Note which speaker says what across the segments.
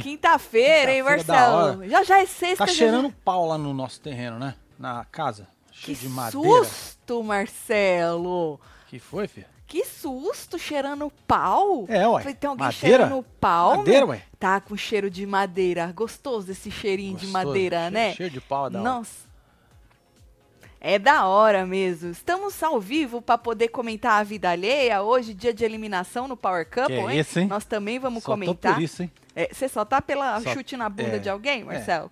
Speaker 1: Quinta-feira, hein,
Speaker 2: Quinta-feira da
Speaker 1: Marcelo? Já já é sexta.
Speaker 2: Tá
Speaker 1: já-
Speaker 2: cheirando pau lá no nosso terreno, né? Na casa.
Speaker 1: Que
Speaker 2: Cheio de madeira.
Speaker 1: susto, Marcelo.
Speaker 2: Que foi, filho?
Speaker 1: Que susto, cheirando pau.
Speaker 2: É, ué.
Speaker 1: Falei, tem alguém
Speaker 2: Madeira?
Speaker 1: cheirando pau?
Speaker 2: Madeira,
Speaker 1: meu?
Speaker 2: ué.
Speaker 1: Tá com cheiro de madeira. Gostoso esse cheirinho de
Speaker 2: Gostoso,
Speaker 1: madeira,
Speaker 2: cheio-
Speaker 1: né?
Speaker 2: Cheio de pau, é da hora.
Speaker 1: Nossa. É da hora mesmo. Estamos ao vivo para poder comentar a vida alheia. Hoje, dia de eliminação no Power
Speaker 2: Que
Speaker 1: Couple,
Speaker 2: é
Speaker 1: hein?
Speaker 2: isso, hein?
Speaker 1: Nós também vamos
Speaker 2: Só tô
Speaker 1: comentar.
Speaker 2: por isso, hein?
Speaker 1: É, Você só tá pela
Speaker 2: Só-
Speaker 1: chute na bunda
Speaker 2: é,
Speaker 1: de alguém,
Speaker 2: é.
Speaker 1: Marcelo?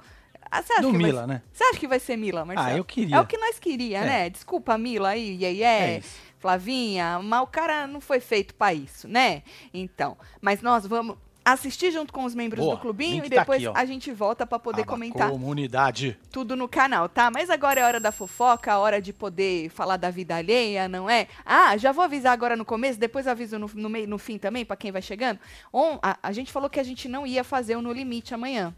Speaker 1: Ah, você acha
Speaker 2: Do
Speaker 1: que vai-
Speaker 2: Mila, né?
Speaker 1: Você acha que vai ser Mila, Marcelo?
Speaker 2: Ah, eu queria.
Speaker 1: É o que nós queria,
Speaker 2: É.
Speaker 1: né? Desculpa, Mila aí, Yeye,
Speaker 2: É isso.
Speaker 1: Flavinha, mas o cara não foi feito pra isso, né? Então, mas nós vamos assistir junto com os membros
Speaker 2: Boa,
Speaker 1: do clubinho
Speaker 2: link
Speaker 1: e
Speaker 2: tá
Speaker 1: depois
Speaker 2: aqui, ó.
Speaker 1: a gente volta pra poder
Speaker 2: Aba
Speaker 1: comentar
Speaker 2: Comunidade.
Speaker 1: tudo no canal, tá? Mas agora é hora da fofoca, hora de poder falar da vida alheia, não é? Ah, já vou avisar agora no começo, depois aviso no, no, meio, no fim também, pra quem vai chegando. On, a, a gente falou que a gente não ia fazer o No Limite amanhã.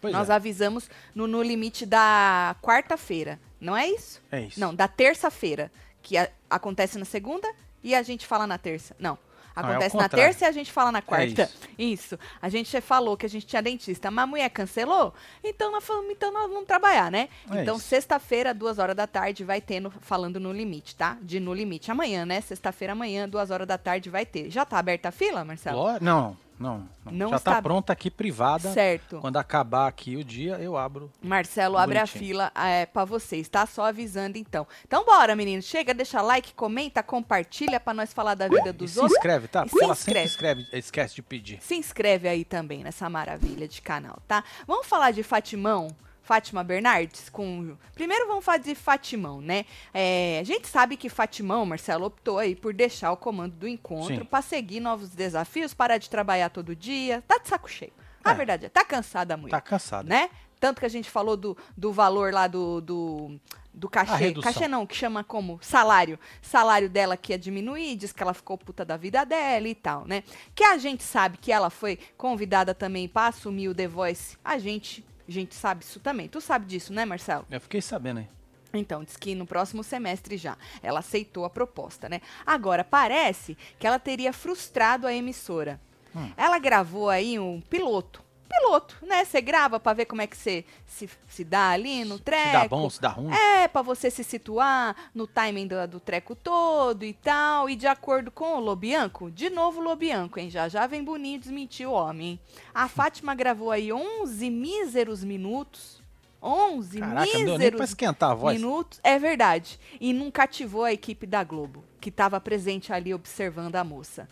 Speaker 2: Pois
Speaker 1: Nós
Speaker 2: é.
Speaker 1: avisamos no No Limite da quarta-feira, não é isso?
Speaker 2: É isso.
Speaker 1: Não, da terça-feira, que a- acontece na segunda e a gente fala na terça. Não.
Speaker 2: Não, é o
Speaker 1: Acontece na
Speaker 2: contrário. É
Speaker 1: terça e a gente fala na quarta.
Speaker 2: isso.
Speaker 1: isso. A gente já falou que a gente tinha dentista, mas a mulher cancelou, então nós falamos, então nós vamos trabalhar, né?
Speaker 2: É
Speaker 1: então,
Speaker 2: isso.
Speaker 1: sexta-feira, duas horas da tarde, vai ter no, falando no limite, tá? De no limite. Amanhã, né? Sexta-feira, amanhã, duas horas da tarde, vai ter. Já tá aberta a fila, Marcelo?
Speaker 2: Glória- Não, não, não.
Speaker 1: Não
Speaker 2: Já
Speaker 1: está-
Speaker 2: tá pronta aqui privada.
Speaker 1: Certo.
Speaker 2: Quando acabar aqui o dia, eu abro.
Speaker 1: Marcelo abre
Speaker 2: Bonitinho.
Speaker 1: a fila é, para vocês, tá? Só avisando então. Então bora, meninos. Chega, deixa like, comenta, compartilha pra nós falar da vida
Speaker 2: E
Speaker 1: dos
Speaker 2: se
Speaker 1: outros.
Speaker 2: inscreve, tá?
Speaker 1: E
Speaker 2: Porque
Speaker 1: se
Speaker 2: ela sempre escreve, esquece de pedir.
Speaker 1: Se inscreve aí também nessa maravilha de canal, tá? Vamos falar de Fatimão? Fátima Bernardes com. Primeiro vamos falar de Fatimão, né? É, a gente sabe que Fatimão, Marcelo, optou aí por deixar o comando do encontro
Speaker 2: Sim.
Speaker 1: pra seguir novos desafios, parar de trabalhar todo dia. Tá de saco cheio. A
Speaker 2: É.
Speaker 1: verdade é, tá cansada muito
Speaker 2: Tá cansada.
Speaker 1: né? Tanto que a gente falou do, do valor lá do, do, do
Speaker 2: A
Speaker 1: cachê.
Speaker 2: redução.
Speaker 1: Cachê não, que chama como? Salário. Salário dela que ia diminuir, diz que ela ficou puta da vida dela e tal, né? Que a gente sabe que ela foi convidada também pra assumir o The Voice. A gente, a gente sabe isso também. Tu sabe disso, né, Marcelo?
Speaker 2: Eu fiquei sabendo, hein?
Speaker 1: Então, diz que no próximo semestre já. Ela aceitou a proposta, né? Agora, parece que ela teria frustrado a emissora.
Speaker 2: Hum.
Speaker 1: Ela gravou aí um piloto. Piloto, né? Você grava pra ver como é que você se, se dá ali no treco.
Speaker 2: Se dá bom, se dá ruim.
Speaker 1: É, pra você se situar no timing do, do treco todo e tal. E de acordo com o Lobianco, de novo o Lobianco, hein? Já já vem boninho desmentir o homem. hein? A Fátima gravou aí 11 míseros minutos. 11
Speaker 2: Caraca, não deu nem pra
Speaker 1: míseros
Speaker 2: esquentar a voz.
Speaker 1: minutos, é verdade. E não cativou a equipe da Globo, que estava presente ali observando a moça.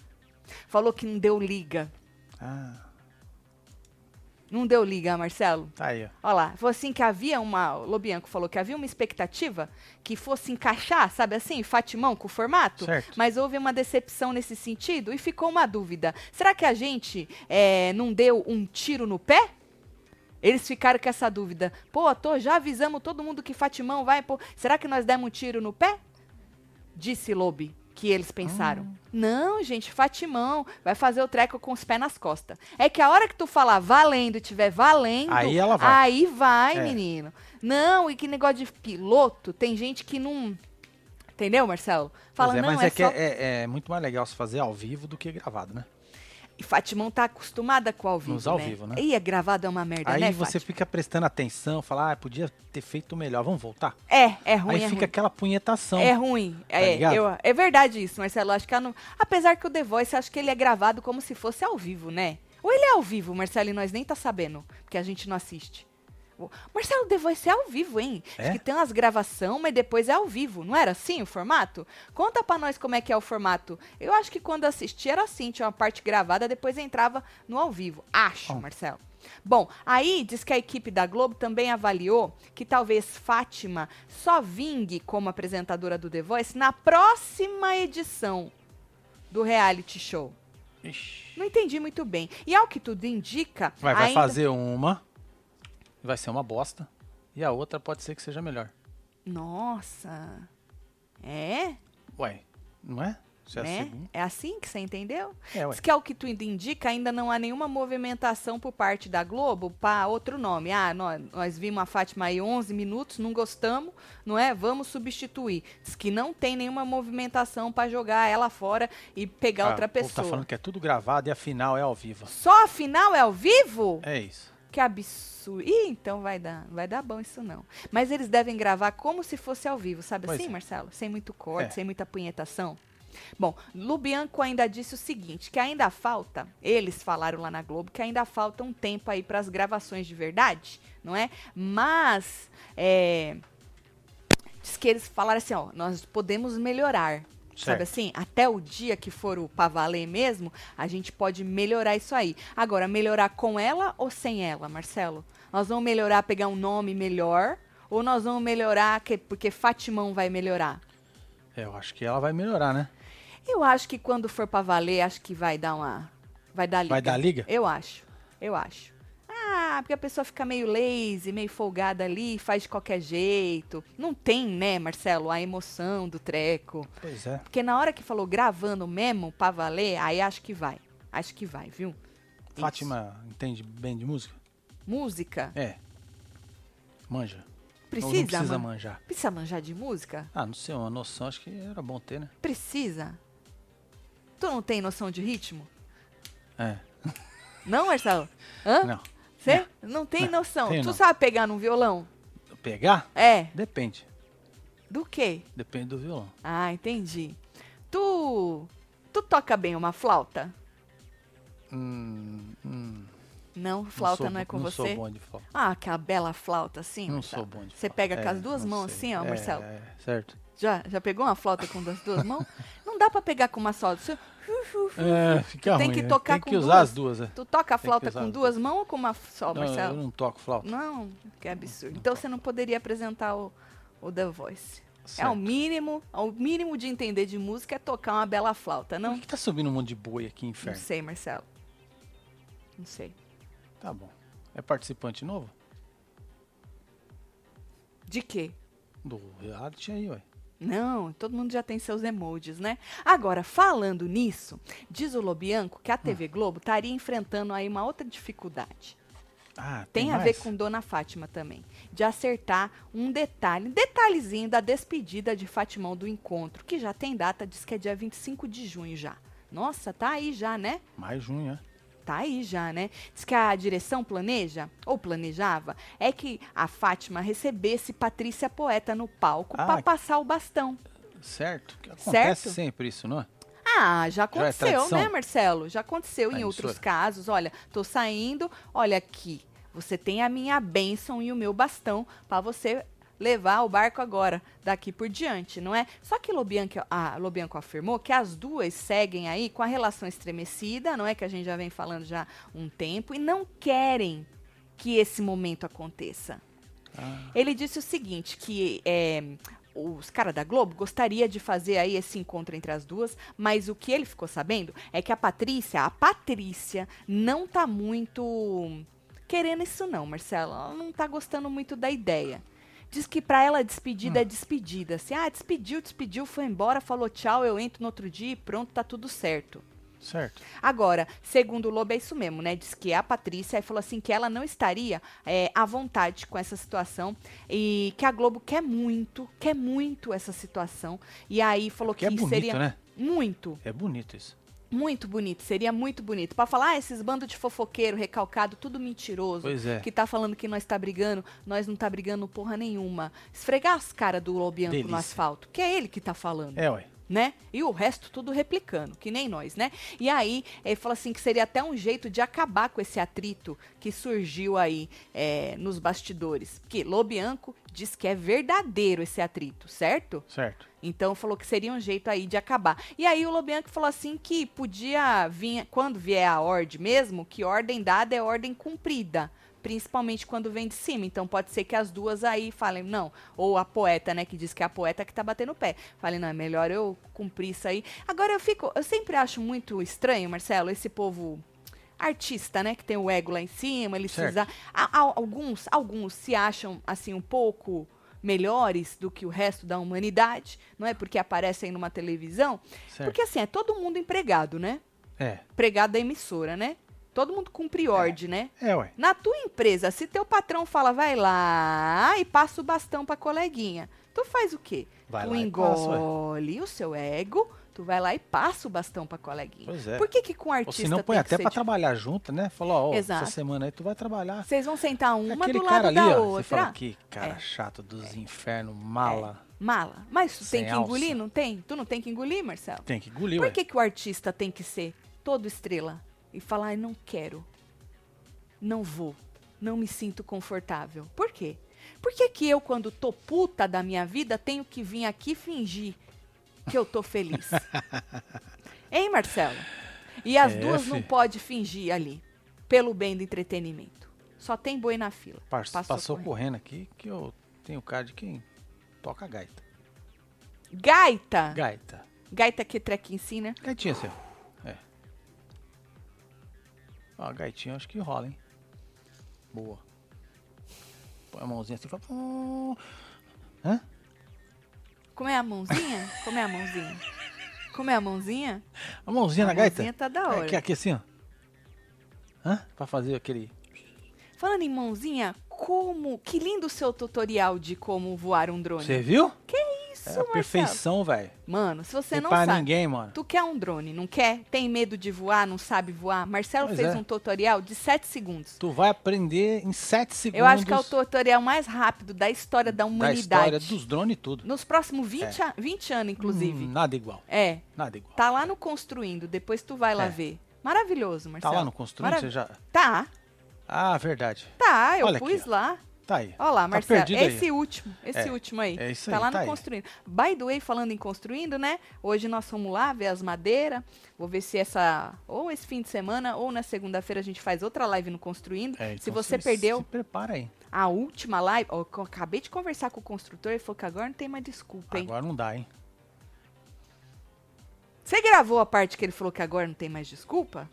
Speaker 1: Falou que não deu liga.
Speaker 2: Ah,
Speaker 1: Não deu liga, Marcelo?
Speaker 2: tá aí, ó.
Speaker 1: Olha lá, falou assim que havia uma. O Lobianco falou que havia uma expectativa que fosse encaixar, sabe assim, Fatimão com o formato.
Speaker 2: Certo.
Speaker 1: Mas houve uma decepção nesse sentido e ficou uma dúvida. Será que a gente eh, não deu um tiro no pé? Eles ficaram com essa dúvida. Pô, ator, já avisamos todo mundo que Fatimão vai. Pô, será que nós demos um tiro no pé? Disse Lobe que eles pensaram.
Speaker 2: Ah.
Speaker 1: Não, gente, Fatimão vai fazer o treco com os pés nas costas. É que a hora que tu falar valendo, e tiver valendo,
Speaker 2: Aí ela vai.
Speaker 1: Aí vai,
Speaker 2: É.
Speaker 1: menino. Não, e que negócio de piloto, tem gente que não Entendeu, Marcelo? Fala,
Speaker 2: Pois é,
Speaker 1: não,
Speaker 2: mas
Speaker 1: é,
Speaker 2: é, que
Speaker 1: só
Speaker 2: é, é muito mais legal se fazer ao vivo do que gravado, né?
Speaker 1: E Fatimão tá acostumada com o ao vivo.
Speaker 2: Nos ao vivo, né?
Speaker 1: E é gravado é uma merda,
Speaker 2: Aí
Speaker 1: né?
Speaker 2: você
Speaker 1: Fátima?
Speaker 2: fica prestando atenção, fala, ah, podia ter feito melhor, vamos voltar?
Speaker 1: É, é ruim.
Speaker 2: Aí
Speaker 1: é
Speaker 2: fica
Speaker 1: ruim.
Speaker 2: aquela punhetação.
Speaker 1: É ruim.
Speaker 2: ligado?
Speaker 1: é, eu- é verdade isso, Marcelo. Acho que ela não... Apesar que o The Voice, acho que ele é gravado como se fosse ao vivo, né? Ou ele é ao vivo, Marcelo, e nós nem tá sabendo, porque a gente não assiste. O- Tipo, Marcelo, o The Voice é ao vivo, hein? Acho
Speaker 2: É?
Speaker 1: que tem umas gravação, mas depois é ao vivo. Não era assim o formato? Conta pra nós como é que é o formato. Eu acho que quando assisti era assim, tinha uma parte gravada, depois entrava no ao vivo. Acho,
Speaker 2: Bom.
Speaker 1: Marcelo. Bom, aí diz que a equipe da Globo também avaliou que talvez Fátima só vingue como apresentadora do The Voice na próxima edição do reality show.
Speaker 2: Ixi.
Speaker 1: Não entendi muito bem. E ao que tudo indica,
Speaker 2: Vai, vai
Speaker 1: ainda-
Speaker 2: fazer uma, vai ser uma bosta, e a outra pode ser que seja melhor.
Speaker 1: Nossa. É?
Speaker 2: Ué, não é? Se é a
Speaker 1: né?
Speaker 2: segunda-
Speaker 1: É assim que você entendeu?
Speaker 2: É, ué.
Speaker 1: Diz que ao que tudo indica, ainda não há nenhuma movimentação por parte da Globo para outro nome. Ah, nó- nós, vimos a Fátima aí 11 minutos, não gostamos, não é? Vamos substituir. Diz que não tem nenhuma movimentação para jogar ela fora e pegar
Speaker 2: Ah,
Speaker 1: outra
Speaker 2: o povo
Speaker 1: pessoa.
Speaker 2: Tá falando que é tudo gravado e a final é ao vivo.
Speaker 1: Só a final é ao vivo?
Speaker 2: É isso.
Speaker 1: Que absurdo. Ih, então vai dar, vai dar bom isso não. Mas eles devem gravar como se fosse ao vivo, sabe
Speaker 2: Pois
Speaker 1: assim,
Speaker 2: é.
Speaker 1: Marcelo? Sem muito corte,
Speaker 2: É.
Speaker 1: sem muita punhetação. Bom, Lubianco ainda disse o seguinte, que ainda falta, eles falaram lá na Globo, que ainda falta um tempo aí para as gravações de verdade, não é? Mas, é, diz que eles falaram assim, ó, nós podemos melhorar. Sabe
Speaker 2: Certo.
Speaker 1: assim? Até o dia que for o pra valer mesmo, a gente pode melhorar isso aí. Agora, melhorar com ela ou sem ela, Marcelo? Nós vamos melhorar, pegar um nome melhor? Ou nós vamos melhorar que- porque Fatimão vai melhorar?
Speaker 2: É, eu acho que ela vai melhorar, né?
Speaker 1: Eu acho que quando for pra valer, acho que vai dar uma. Vai dar liga.
Speaker 2: Vai dar liga?
Speaker 1: Eu acho. Eu acho. Ah, porque a pessoa fica meio lazy, meio folgada ali, faz de qualquer jeito. Não tem, né, Marcelo, a emoção do treco.
Speaker 2: Pois é.
Speaker 1: Porque na hora que falou gravando mesmo, pra valer, aí acho que vai. Acho que vai, viu? Isso.
Speaker 2: Fátima entende bem de música?
Speaker 1: Música?
Speaker 2: É. Manja. Ou
Speaker 1: Precisa,
Speaker 2: não precisa
Speaker 1: man-
Speaker 2: manjar.
Speaker 1: precisa manjar de música?
Speaker 2: Ah, não sei, uma noção acho que era bom ter, né?
Speaker 1: Precisa. Tu não tem noção de ritmo?
Speaker 2: É.
Speaker 1: Não, Marcelo? Hã?
Speaker 2: Não.
Speaker 1: Você não tem noção.
Speaker 2: tenho
Speaker 1: tu
Speaker 2: não.
Speaker 1: sabe pegar num violão?
Speaker 2: Pegar?
Speaker 1: É.
Speaker 2: Depende.
Speaker 1: Do quê?
Speaker 2: Depende do violão.
Speaker 1: Ah, entendi. Tu. Tu toca bem uma flauta?
Speaker 2: Hum, hum,
Speaker 1: Não, flauta não,
Speaker 2: sou
Speaker 1: é
Speaker 2: bo-
Speaker 1: com
Speaker 2: não
Speaker 1: você.
Speaker 2: Sou bom de flauta.
Speaker 1: Ah, aquela bela flauta assim?
Speaker 2: Não
Speaker 1: Marcelo.
Speaker 2: sou bom de
Speaker 1: Você
Speaker 2: flauta.
Speaker 1: pega
Speaker 2: É,
Speaker 1: com as duas
Speaker 2: não
Speaker 1: mãos
Speaker 2: sei.
Speaker 1: assim, ó,
Speaker 2: É,
Speaker 1: Marcelo.
Speaker 2: é, certo.
Speaker 1: Já, já pegou uma flauta com das duas mãos? Não dá pra pegar com uma só. Você-
Speaker 2: É, fica
Speaker 1: tem
Speaker 2: ruim,
Speaker 1: que
Speaker 2: né?
Speaker 1: tocar
Speaker 2: Tem
Speaker 1: com
Speaker 2: que usar
Speaker 1: duas.
Speaker 2: as duas, é.
Speaker 1: Tu toca a
Speaker 2: que
Speaker 1: flauta
Speaker 2: usar
Speaker 1: com
Speaker 2: as
Speaker 1: duas mãos ou com uma só,
Speaker 2: Não, eu
Speaker 1: Marcelo? É
Speaker 2: não toco flauta.
Speaker 1: Não, que absurdo. Então você não poderia apresentar o, o The Voice. É o
Speaker 2: Certo.
Speaker 1: mínimo, o mínimo de entender de música é tocar uma bela flauta, não?
Speaker 2: Por que, que tá subindo um monte de boi aqui,
Speaker 1: Não
Speaker 2: inferno?
Speaker 1: sei, Marcelo. Não sei.
Speaker 2: Tá bom. É participante novo?
Speaker 1: De quê?
Speaker 2: Do reality aí, ué.
Speaker 1: Não, todo mundo já tem seus emojis, né? Agora, falando nisso, diz o Lobianco que a TV Globo estaria enfrentando aí uma outra dificuldade.
Speaker 2: Ah, tem,
Speaker 1: Tem, a ver
Speaker 2: mais?
Speaker 1: com Dona Fátima também. De acertar um detalhe, um detalhezinho da despedida de Fatimão do encontro, que já tem data, diz que é dia 25 de junho já. Nossa, tá aí já, né?
Speaker 2: Mais junho, é.
Speaker 1: Tá aí já, né? Diz que a direção planeja, ou planejava, é que a Fátima recebesse Patrícia Poeta no palco
Speaker 2: Ah,
Speaker 1: pra
Speaker 2: que-
Speaker 1: passar o bastão.
Speaker 2: Certo? Que acontece
Speaker 1: Certo?
Speaker 2: sempre isso, não é?
Speaker 1: Ah, já aconteceu,
Speaker 2: tradição? Tá
Speaker 1: né, Marcelo? Já aconteceu
Speaker 2: Na
Speaker 1: em outros
Speaker 2: emissora?
Speaker 1: casos. Olha, tô saindo, olha aqui. Você tem a minha bênção e o meu bastão para você levar o barco agora, daqui por diante, não é? Só que Lobianco, a Lobianco afirmou que as duas seguem aí com a relação estremecida, não é? Que a gente já vem falando já um tempo, e não querem que esse momento aconteça.
Speaker 2: Ah,
Speaker 1: Ele disse o seguinte, que é, os caras da Globo gostaria de fazer aí esse encontro entre as duas, mas o que ele ficou sabendo é que a Patrícia, a Patrícia, não tá muito querendo isso não, Marcelo. Ela não tá gostando muito da ideia. Diz que pra ela despedida é despedida. Assim, ah, despediu, despediu, foi embora, falou tchau, eu entro no outro dia e pronto, tá tudo certo.
Speaker 2: certo.
Speaker 1: Agora, segundo o Lobo, é isso mesmo, né? Diz que a Patrícia falou assim que ela não estaria é, à vontade com essa situação e que a Globo quer muito, quer muito essa situação. E aí falou
Speaker 2: Que é bonito,
Speaker 1: seria
Speaker 2: né?
Speaker 1: muito,
Speaker 2: É bonito isso.
Speaker 1: muito bonito, seria muito bonito. Pra falar, ah, esses bandos de fofoqueiro, recalcado, tudo mentiroso.
Speaker 2: Pois é.
Speaker 1: Que tá falando que nós tá brigando, nós não tá brigando porra nenhuma. Esfregar as caras do Lobianco no
Speaker 2: Delícia.
Speaker 1: asfalto, que é ele que tá falando
Speaker 2: É, ué.
Speaker 1: né? E o resto tudo replicando, que nem nós, né? E aí, ele falou assim que seria até um jeito de acabar com esse atrito que surgiu aí é, nos bastidores. Porque Lobianco diz que é verdadeiro esse atrito, certo?
Speaker 2: Certo.
Speaker 1: Então falou que seria um jeito aí de acabar. E aí o Lobianco falou assim que podia vir, quando vier a ordem mesmo, que ordem dada é ordem cumprida. Principalmente quando vem de cima. Então pode ser que as duas aí falem, não. Ou a poeta, né? Que diz que é a poeta que tá batendo o pé. Falem, não, é melhor eu cumprir isso aí. Agora eu fico. Eu sempre acho muito estranho, Marcelo, esse povo artista, né? Que tem o ego lá em cima, eles se
Speaker 2: Certo.
Speaker 1: a- a- alguns, alguns se acham assim um pouco melhores do que o resto da humanidade, não é? Porque aparecem numa televisão.
Speaker 2: Certo.
Speaker 1: Porque assim, é todo mundo empregado, né?
Speaker 2: É.
Speaker 1: Empregado da emissora, né? Todo mundo cumpre ordem, né?
Speaker 2: É, ué.
Speaker 1: Na tua empresa, se teu patrão fala, vai lá e passa o bastão pra coleguinha, tu faz o quê?
Speaker 2: Vai
Speaker 1: tu
Speaker 2: lá e passa, ué.
Speaker 1: engole o seu ego, tu vai lá e passa o bastão pra coleguinha.
Speaker 2: Pois é.
Speaker 1: Por que que com
Speaker 2: Ou
Speaker 1: artista
Speaker 2: se não, põe
Speaker 1: tem que
Speaker 2: até
Speaker 1: ser tipo,
Speaker 2: pra
Speaker 1: diferente?
Speaker 2: trabalhar junto, né? Falou, ó, essa
Speaker 1: Exato.
Speaker 2: semana aí tu vai trabalhar.
Speaker 1: Vocês vão sentar uma
Speaker 2: Aquele
Speaker 1: do lado
Speaker 2: cara ali,
Speaker 1: da
Speaker 2: ó,
Speaker 1: outra.
Speaker 2: você fala, que cara
Speaker 1: É.
Speaker 2: chato dos infernos, mala.
Speaker 1: Mala. Mas tu tem
Speaker 2: Sem
Speaker 1: que engolir,
Speaker 2: alça.
Speaker 1: não tem? Tu não tem que engolir, Marcelo?
Speaker 2: Tem que engolir, ué.
Speaker 1: É. Por que, que o artista tem que ser todo estrela e falar, "Ai, não quero, não vou, não me sinto confortável? Por quê? Por que, que eu, quando tô puta da minha vida, tenho que vir aqui fingir que eu tô feliz? hein, Marcelo? E as
Speaker 2: É,
Speaker 1: duas
Speaker 2: fi.
Speaker 1: não pode fingir ali, pelo bem do entretenimento. Só tem boi na fila.
Speaker 2: Par- Passou,
Speaker 1: correndo.
Speaker 2: correndo aqui que eu tenho cara de quem toca gaita.
Speaker 1: Gaita.
Speaker 2: Gaita.
Speaker 1: Gaita que treca ensina.
Speaker 2: Gaitinha, seu. É. Ó, gaitinha acho que rola, hein? Boa. Põe a mãozinha assim e fala. "Pum". Hã?
Speaker 1: Como é a mãozinha? Como é a mãozinha? Como é a mãozinha?
Speaker 2: A mãozinha
Speaker 1: A
Speaker 2: na gaita?
Speaker 1: mãozinha tá da hora.
Speaker 2: Aqui, aqui assim, ó. Hã? Pra fazer aquele.
Speaker 1: Falando em mãozinha, como... Que lindo o seu tutorial de como voar um drone.
Speaker 2: Você viu?
Speaker 1: Isso,
Speaker 2: É a
Speaker 1: Marcelo.
Speaker 2: perfeição, velho.
Speaker 1: Mano, se você
Speaker 2: Tem
Speaker 1: não
Speaker 2: pra
Speaker 1: sabe...
Speaker 2: ninguém, mano.
Speaker 1: Tu quer um drone, não quer? Tem medo de voar, não sabe voar? Marcelo
Speaker 2: Pois
Speaker 1: fez
Speaker 2: é.
Speaker 1: um tutorial de 7 segundos.
Speaker 2: Tu vai aprender em 7 segundos.
Speaker 1: Eu acho que é o tutorial mais rápido da história da
Speaker 2: da
Speaker 1: humanidade.
Speaker 2: história dos drones e tudo.
Speaker 1: Nos próximos 20, a- 20 anos, inclusive.
Speaker 2: Hum, nada igual.
Speaker 1: É.
Speaker 2: Nada igual.
Speaker 1: Tá lá no Construindo, depois tu vai lá
Speaker 2: É.
Speaker 1: ver. Maravilhoso,
Speaker 2: Tá
Speaker 1: Marcelo.
Speaker 2: lá no construindo,
Speaker 1: Marav-
Speaker 2: você já.
Speaker 1: Tá,
Speaker 2: Ah, verdade.
Speaker 1: tá, eu
Speaker 2: Olha aqui,
Speaker 1: pus
Speaker 2: ó.
Speaker 1: lá.
Speaker 2: Tá aí.
Speaker 1: Olha lá,
Speaker 2: Tá
Speaker 1: Marcelo,
Speaker 2: perdido aí.
Speaker 1: esse último, esse
Speaker 2: É,
Speaker 1: último aí.
Speaker 2: é isso
Speaker 1: tá
Speaker 2: aí,
Speaker 1: lá
Speaker 2: tá
Speaker 1: no
Speaker 2: aí.
Speaker 1: Construindo. By the way, falando em Construindo, né? Hoje nós fomos lá ver as madeiras. Vou ver se essa, ou esse fim de semana, ou na segunda-feira a gente faz outra live no Construindo.
Speaker 2: É,
Speaker 1: se
Speaker 2: então
Speaker 1: você
Speaker 2: se-
Speaker 1: perdeu
Speaker 2: Se prepara aí.
Speaker 1: a última live, ó, eu acabei de conversar com o construtor, ele falou que agora não tem mais desculpa, hein?
Speaker 2: Agora não dá, hein?
Speaker 1: Você gravou a parte que ele falou que agora não tem mais desculpa?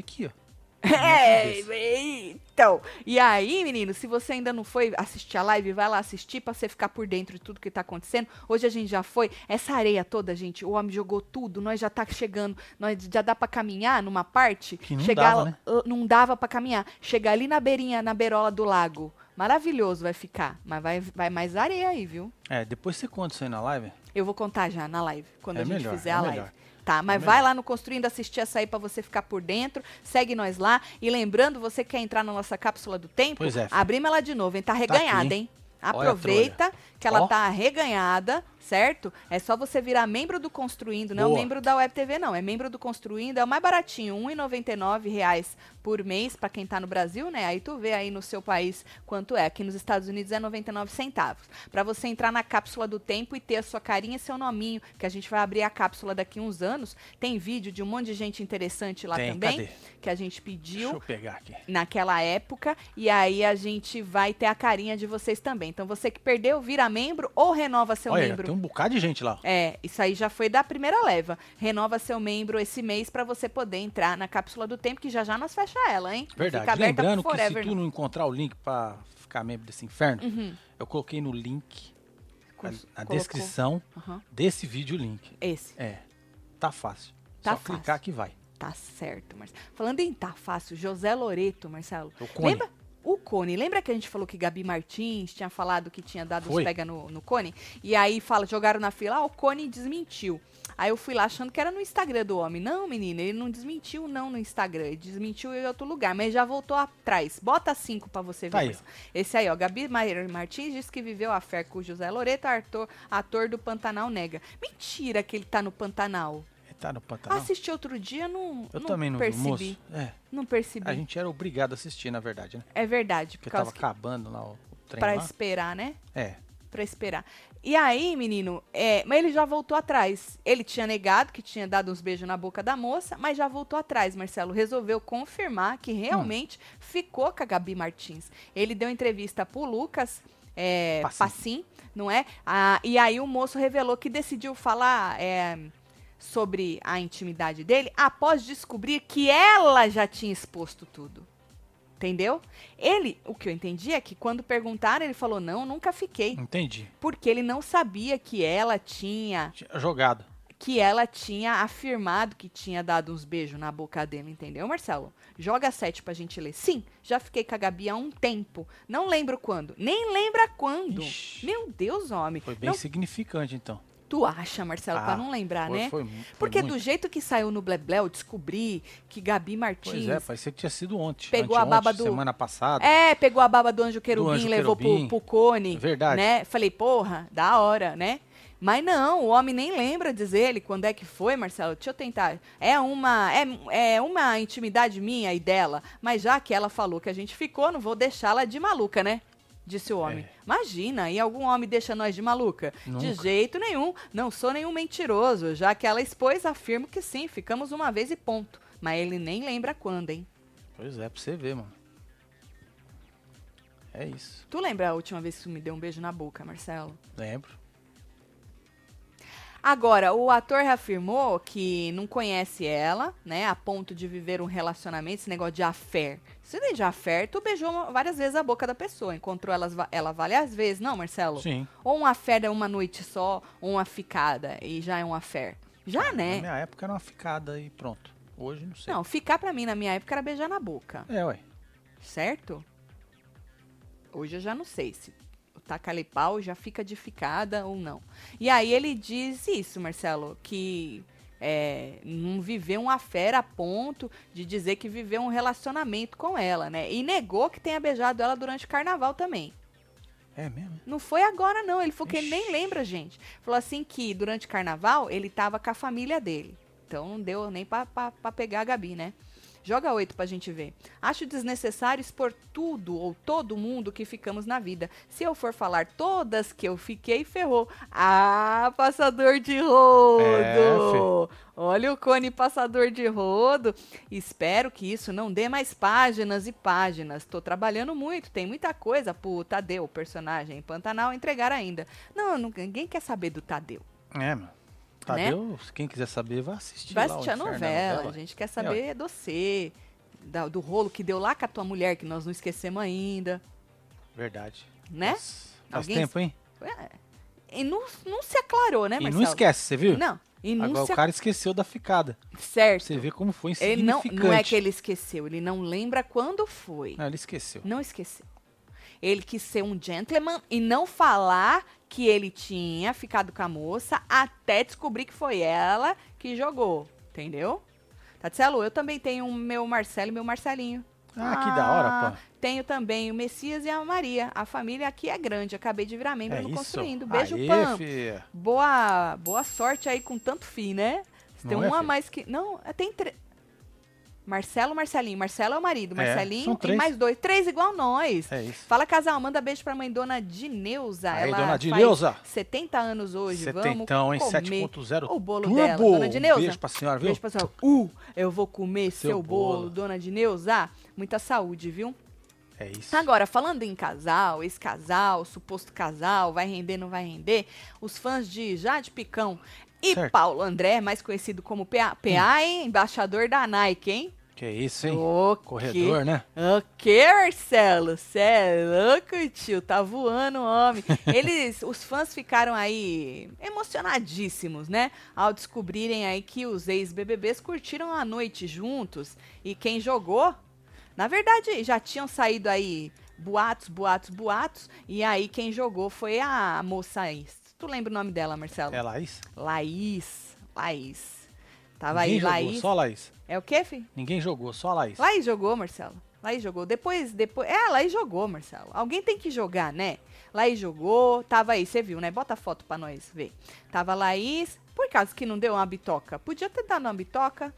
Speaker 2: aqui, ó.
Speaker 1: É, então. E aí, menino, se você ainda não foi assistir a live, vai lá assistir pra você ficar por dentro de tudo que tá acontecendo. Hoje a gente já foi. Essa areia toda, gente, o homem jogou tudo, nós já tá chegando, nós já dá pra caminhar numa parte.
Speaker 2: Que não
Speaker 1: chegar,
Speaker 2: dava, né?
Speaker 1: l- Não dava pra caminhar. Chegar ali na beirinha, na beirola do lago. Maravilhoso vai ficar. Mas vai, vai mais areia aí, viu?
Speaker 2: É, depois você conta isso aí na live.
Speaker 1: Eu vou contar já na live, quando
Speaker 2: É
Speaker 1: a gente
Speaker 2: melhor,
Speaker 1: fizer
Speaker 2: é
Speaker 1: a
Speaker 2: melhor.
Speaker 1: live. Tá, mas vai lá no Construindo assistir essa aí pra você ficar por dentro. Segue nós lá. E lembrando, você quer entrar na nossa cápsula do tempo?
Speaker 2: Pois é, filho.
Speaker 1: Abrimos ela de novo, hein? Tá reganhada,
Speaker 2: aqui,
Speaker 1: hein?
Speaker 2: Olha a
Speaker 1: Aproveita que ela
Speaker 2: Ó.
Speaker 1: tá reganhada, certo? É só você virar membro do Construindo, não é
Speaker 2: Boa.
Speaker 1: membro da Web TV, não. É membro do Construindo, é o mais baratinho, R$ 1,99 reais por mês pra quem tá no Brasil, né? Aí tu vê aí no seu país quanto é. Aqui nos Estados Unidos é 99 centavos. Pra você entrar na cápsula do tempo e ter a sua carinha e seu nominho, que a gente vai abrir a cápsula daqui uns anos. Tem vídeo de um monte de gente interessante lá
Speaker 2: Tem,
Speaker 1: também,
Speaker 2: cadê?
Speaker 1: que a gente
Speaker 2: Deixa
Speaker 1: pediu
Speaker 2: eu pegar aqui.
Speaker 1: naquela época e aí a gente vai ter a carinha de vocês também. Então você que perdeu, vira membro ou renova seu
Speaker 2: Olha,
Speaker 1: membro.
Speaker 2: tem um bocado de gente lá.
Speaker 1: É, isso aí já foi da primeira leva. Renova seu membro esse mês pra você poder entrar na cápsula do tempo que já já nós fecha ela, hein?
Speaker 2: Verdade.
Speaker 1: Fica aberta
Speaker 2: Lembrando
Speaker 1: pro
Speaker 2: que se
Speaker 1: tá forever. né?
Speaker 2: tu não encontrar o link pra ficar membro desse inferno,
Speaker 1: Uhum.
Speaker 2: eu coloquei no link, na-
Speaker 1: Cus-
Speaker 2: na
Speaker 1: colocou.
Speaker 2: descrição
Speaker 1: Aham.
Speaker 2: desse vídeo o link.
Speaker 1: Esse.
Speaker 2: É, tá fácil.
Speaker 1: Tá
Speaker 2: Só clicar
Speaker 1: fácil.
Speaker 2: que vai.
Speaker 1: Tá certo, Marcelo. Falando em tá fácil, José Loreto, Marcelo.
Speaker 2: O Cone.
Speaker 1: Lembra? O Cone. Lembra que a gente falou que Gabi Martins tinha falado que tinha dado os
Speaker 2: Foi.
Speaker 1: pega no, no Cone? E aí fala, jogaram na fila, ah, o Cone desmentiu. Aí eu fui lá achando que era no Instagram do homem. Não, menina, ele não desmentiu não no Instagram. Ele desmentiu em outro lugar, mas já voltou atrás. Bota cinco pra você ver.
Speaker 2: Tá aí,
Speaker 1: Marcelo. Esse aí, ó. Gabi Ma- Martins diz que viveu a fé com o José Loreto, ator, ator do Pantanal Nega. Mentira que ele tá no Pantanal.
Speaker 2: Ele tá no Pantanal.
Speaker 1: Assisti outro dia, não,
Speaker 2: eu
Speaker 1: Ah, não
Speaker 2: também não vi,
Speaker 1: percebi.
Speaker 2: moço. É,
Speaker 1: Não percebi.
Speaker 2: a gente era obrigado a assistir, na verdade, né?
Speaker 1: É verdade, por
Speaker 2: Porque
Speaker 1: causa
Speaker 2: tava
Speaker 1: que
Speaker 2: acabando lá o o trem
Speaker 1: pra
Speaker 2: lá.
Speaker 1: esperar, né?
Speaker 2: É,
Speaker 1: Pra esperar. E aí, menino, é, mas ele já voltou atrás. Ele tinha negado que tinha dado uns beijos na boca da moça, mas já voltou atrás, Marcelo. Resolveu confirmar que realmente ficou com a Gabi Martins. Ele deu entrevista pro Lucas. É,
Speaker 2: Passim.
Speaker 1: Passim, não é? Ah, e aí o moço revelou que decidiu falar é, sobre a intimidade dele após descobrir que ela já tinha exposto tudo. Entendeu? Ele, o que eu entendi é que quando perguntaram, ele falou: não, nunca fiquei.
Speaker 2: Entendi.
Speaker 1: Porque ele não sabia que ela tinha.
Speaker 2: Tinha Jogado.
Speaker 1: Que ela tinha afirmado que tinha dado uns beijos na boca dele, entendeu, Marcelo? Joga sete pra gente ler. Sim, já fiquei com a Gabi há um tempo. Não lembro quando. Nem lembra quando.
Speaker 2: Ixi.
Speaker 1: Meu Deus, homem.
Speaker 2: Foi bem
Speaker 1: Não-
Speaker 2: significante, então.
Speaker 1: tu acha, Marcelo, pra
Speaker 2: Ah,
Speaker 1: não lembrar,
Speaker 2: Foi-
Speaker 1: né?
Speaker 2: foi mu- foi
Speaker 1: Porque do
Speaker 2: muito.
Speaker 1: jeito que saiu no Blebleu, descobri que Gabi Martins
Speaker 2: Pois é, parecia que tinha sido ontem.
Speaker 1: Pegou a
Speaker 2: anteontem,
Speaker 1: baba do-
Speaker 2: Semana passada.
Speaker 1: É, pegou a baba do anjo querubim,
Speaker 2: Do anjo
Speaker 1: levou
Speaker 2: querubim.
Speaker 1: pro, pro cone.
Speaker 2: Verdade.
Speaker 1: Né? Falei, porra, da hora, né? Mas não, o homem nem lembra, diz ele, quando é que foi, Marcelo? Deixa eu tentar. É uma, é, é uma intimidade minha e dela, mas já que ela falou que a gente ficou, não vou deixá-la de maluca, né? Disse o homem.
Speaker 2: É.
Speaker 1: Imagina, e algum homem deixa nós de maluca? De
Speaker 2: Nunca.
Speaker 1: jeito nenhum, não sou nenhum mentiroso, já que ela expôs, afirmo que sim, ficamos uma vez e ponto. Mas ele nem lembra quando, hein?
Speaker 2: Pois é, pra você ver, mano. É isso.
Speaker 1: Tu lembra a última vez que tu me deu um beijo na boca, Marcelo?
Speaker 2: Lembro.
Speaker 1: Agora, o ator reafirmou que não conhece ela, né? A ponto de viver um relacionamento, esse negócio de affair. Se não é de affair, tu beijou uma- várias vezes a boca da pessoa, encontrou elas, va- ela várias vezes, não, Marcelo?
Speaker 2: Sim.
Speaker 1: Ou um affair é uma noite só, ou uma ficada, e já é um affair. Já,
Speaker 2: Na
Speaker 1: né?
Speaker 2: minha época era uma ficada e pronto. Hoje não sei.
Speaker 1: Não, ficar pra mim na minha época era beijar na boca.
Speaker 2: É, ué.
Speaker 1: certo? Hoje eu já não sei se o tacalipau já fica de ficada ou não. E aí ele diz isso, Marcelo, que é, não viveu uma fera a ponto de dizer que viveu um relacionamento com ela, né? E negou que tenha beijado ela durante o carnaval também.
Speaker 2: É mesmo?
Speaker 1: Não foi agora, não. Ele falou que ele nem
Speaker 2: Ixi.
Speaker 1: lembra, gente. Falou assim que durante o carnaval ele tava com a família dele. Então não deu nem pra, pra, pra pegar a Gabi, né? Joga oito pra gente ver. Acho desnecessário expor tudo ou todo mundo que ficamos na vida. Se eu for falar todas que eu fiquei, ferrou. Ah, passador de rodo! Olha o cone passador de rodo. Espero que isso não dê mais páginas e páginas. Tô trabalhando muito, tem muita coisa pro Tadeu, o personagem em Pantanal, entregar ainda. Não, não- ninguém quer saber do Tadeu.
Speaker 2: É, mano. Tadeu, quem quiser saber, vai assistir.
Speaker 1: Né? Vai
Speaker 2: lá o
Speaker 1: assistir a
Speaker 2: Inferno é da
Speaker 1: novela, a gente quer saber de você, da- do rolo que deu lá com a tua mulher, que nós não esquecemos ainda,
Speaker 2: Verdade.
Speaker 1: né?
Speaker 2: Nossa, Faz
Speaker 1: Alguém-
Speaker 2: tempo, hein?
Speaker 1: E não, não se aclarou, né,
Speaker 2: e
Speaker 1: Marcelo?
Speaker 2: não esquece, você viu?
Speaker 1: Não, e não
Speaker 2: Agora
Speaker 1: se...
Speaker 2: o cara esqueceu da ficada. Pra
Speaker 1: Certo.
Speaker 2: você ver como foi
Speaker 1: Ele não,
Speaker 2: insignificante.
Speaker 1: não é que ele esqueceu, ele não lembra quando foi.
Speaker 2: Não, ele esqueceu.
Speaker 1: Não esqueceu. Ele quis ser um gentleman e não falar que ele tinha ficado com a moça até descobrir que foi ela que jogou. Entendeu? Tatielo, eu também tenho o meu Marcelo e meu Marcelinho.
Speaker 2: Ah, que da hora, pô.
Speaker 1: Tenho também o Messias e a Maria. A família aqui é grande. Acabei de virar membro
Speaker 2: É
Speaker 1: no
Speaker 2: isso.
Speaker 1: Construindo. Beijo,
Speaker 2: Aê,
Speaker 1: Pam.
Speaker 2: fia.
Speaker 1: Boa, boa sorte aí com tanto fim, né? Você tem
Speaker 2: Não
Speaker 1: um
Speaker 2: é,
Speaker 1: a
Speaker 2: filho?
Speaker 1: mais que. Não, tem três. Marcelo, Marcelinho. Marcelo é o marido.
Speaker 2: É,
Speaker 1: Marcelinho
Speaker 2: são
Speaker 1: e
Speaker 2: três.
Speaker 1: mais dois. Três igual nós.
Speaker 2: É isso.
Speaker 1: Fala, casal. Manda beijo pra mãe Dona Dineuza.
Speaker 2: Aí,
Speaker 1: Tá, Ela
Speaker 2: dona
Speaker 1: faz
Speaker 2: Dineuza.
Speaker 1: 70 anos hoje.
Speaker 2: Setentão, hein?
Speaker 1: Vamos comer
Speaker 2: 7.0.
Speaker 1: o bolo
Speaker 2: Turbo. Um
Speaker 1: dela. Dona Dineuza.
Speaker 2: Beijo pra senhora, viu?
Speaker 1: Beijo, pessoal. Uh, eu vou comer seu,
Speaker 2: Seu
Speaker 1: bolo.
Speaker 2: bolo.
Speaker 1: Dona Dineuza. Muita saúde, viu?
Speaker 2: É isso.
Speaker 1: Tá Agora, falando em casal, ex-casal, suposto casal, vai render, não vai render, os fãs de Jade Picão e
Speaker 2: Certo.
Speaker 1: Paulo André, mais conhecido como PA, PA hein? embaixador da Nike, hein?
Speaker 2: Que isso, hein?
Speaker 1: O
Speaker 2: Corredor, né?
Speaker 1: Que... O que, Marcelo? Cê é louco, tio? Tá voando, homem. Eles, os fãs ficaram aí emocionadíssimos, né? Ao descobrirem aí que os ex-BBBs curtiram a noite juntos e quem jogou na verdade, já tinham saído aí boatos, boatos, boatos. E aí quem jogou foi a moça aí. Tu lembra o nome dela, Marcelo?
Speaker 2: É Laís?
Speaker 1: Laís. Laís. Tava
Speaker 2: Ninguém
Speaker 1: aí,
Speaker 2: jogou,
Speaker 1: Laís.
Speaker 2: só a Laís.
Speaker 1: É o quê, filho?
Speaker 2: Ninguém jogou, só a Laís.
Speaker 1: Laís jogou, Marcelo. Laís jogou. Depois, depois. É, Laís jogou, Marcelo. Alguém tem que jogar, né? Laís jogou. Tava aí, você viu, né? Bota a foto pra nós ver. Tava Laís. Por causa que não deu uma bitoca. Podia ter dado uma bitoca.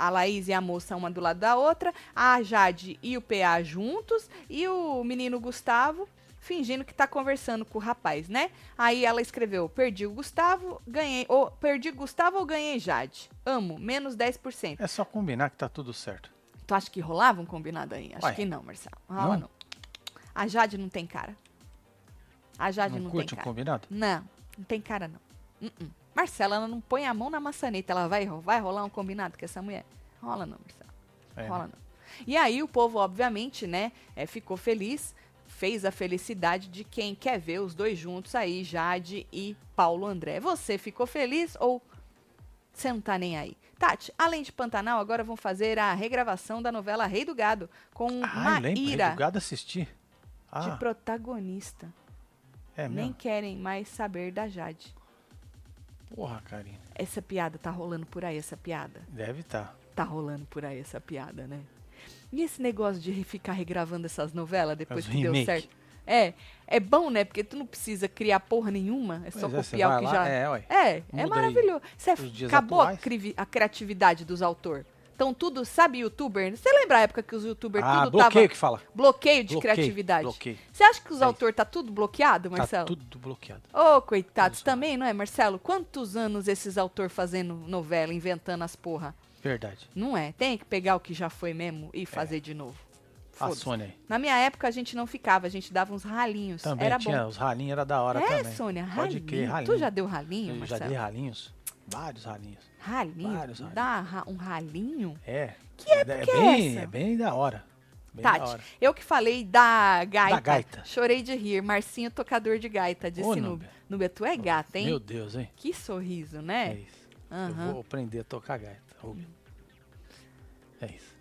Speaker 1: A Laís e a moça, uma do lado da outra. A Jade e o PA juntos. E o menino Gustavo fingindo que tá conversando com o rapaz, né? Aí ela escreveu: perdi o Gustavo, ganhei. Ou perdi Gustavo ou ganhei Jade. Amo, menos 10%.
Speaker 2: É só combinar que tá tudo certo.
Speaker 1: Tu acha que rolava um combinado aí? Acho
Speaker 2: Ué.
Speaker 1: que não, Marcelo. Rola
Speaker 2: Não?
Speaker 1: não. A Jade não tem cara. A Jade não,
Speaker 2: não
Speaker 1: tem
Speaker 2: curte um
Speaker 1: cara.
Speaker 2: combinado?
Speaker 1: Não, não tem cara não. Uh-uh. Marcelo, ela não põe a mão na maçaneta. Ela vai, ro- vai rolar um combinado com essa mulher? Rola não, Marcelo.
Speaker 2: É,
Speaker 1: Rola
Speaker 2: né?
Speaker 1: não. E aí o povo, obviamente, né, é, ficou feliz, fez a felicidade de quem quer ver os dois juntos aí, Jade e Paulo André. Você ficou feliz ou você não tá nem aí? Tati, além de Pantanal, agora vão fazer a regravação da novela Rei do Gado com
Speaker 2: Ah, eu lembro.
Speaker 1: Maíra
Speaker 2: Madrugada assistir.
Speaker 1: de
Speaker 2: Ah,
Speaker 1: protagonista.
Speaker 2: é
Speaker 1: Nem
Speaker 2: mesmo?
Speaker 1: querem mais saber da Jade.
Speaker 2: Porra, Karine.
Speaker 1: Essa piada tá rolando por aí, essa piada.
Speaker 2: Deve estar.
Speaker 1: Tá rolando por aí essa piada, né? E esse negócio de re- ficar regravando essas novelas depois
Speaker 2: Faz um
Speaker 1: que deu
Speaker 2: remake.
Speaker 1: certo? É, é bom, né? Porque tu não precisa criar porra nenhuma, é só copiar o que já. É,
Speaker 2: É, ué.
Speaker 1: é,
Speaker 2: Muda aí
Speaker 1: maravilhoso. Isso é-
Speaker 2: os dias
Speaker 1: acabou a,
Speaker 2: atuais.
Speaker 1: crivi- a criatividade dos autores. Então tudo, sabe, youtuber? Você lembra a época que os youtubers
Speaker 2: Ah,
Speaker 1: tudo
Speaker 2: bloqueio
Speaker 1: tava
Speaker 2: que fala.
Speaker 1: bloqueio de
Speaker 2: Bloqueio,
Speaker 1: criatividade?
Speaker 2: bloqueio.
Speaker 1: Você acha que os
Speaker 2: É isso.
Speaker 1: autores tá tudo bloqueado, Marcelo?
Speaker 2: Tá tudo bloqueado.
Speaker 1: Ô, coitados, também, não é, Marcelo? Quantos anos esses autores fazendo novela, inventando as porra?
Speaker 2: Verdade.
Speaker 1: Não é. Tem que pegar o que já foi mesmo e fazer de novo.
Speaker 2: A
Speaker 1: Foda-se.
Speaker 2: Sônia aí.
Speaker 1: Na minha época a gente não ficava, a gente dava uns ralinhos.
Speaker 2: Também
Speaker 1: era
Speaker 2: tinha,
Speaker 1: bom.
Speaker 2: os ralinhos era da hora
Speaker 1: é,
Speaker 2: também.
Speaker 1: Sônia,
Speaker 2: Pode
Speaker 1: ralinho.
Speaker 2: crer, ralinho.
Speaker 1: Tu já deu ralinho,
Speaker 2: Eu já
Speaker 1: Marcelo?
Speaker 2: dei ralinhos. Vários ralinhos.
Speaker 1: Ralinho?
Speaker 2: Vários ralinhos.
Speaker 1: Dá ra- um ralinho?
Speaker 2: É.
Speaker 1: Que época é
Speaker 2: bem,
Speaker 1: essa?
Speaker 2: É bem da hora. Bem da
Speaker 1: Tati,
Speaker 2: hora.
Speaker 1: eu que falei da gaita.
Speaker 2: Da gaita.
Speaker 1: Chorei de rir. Marcinho, tocador de gaita,
Speaker 2: Ô,
Speaker 1: disse Nubia.
Speaker 2: Núbia.
Speaker 1: Nubia, tu é gata, hein?
Speaker 2: Meu Deus, hein?
Speaker 1: Que sorriso,
Speaker 2: É,
Speaker 1: né?
Speaker 2: isso.
Speaker 1: Aham.
Speaker 2: Eu vou aprender a tocar gaita. Rubio. É isso.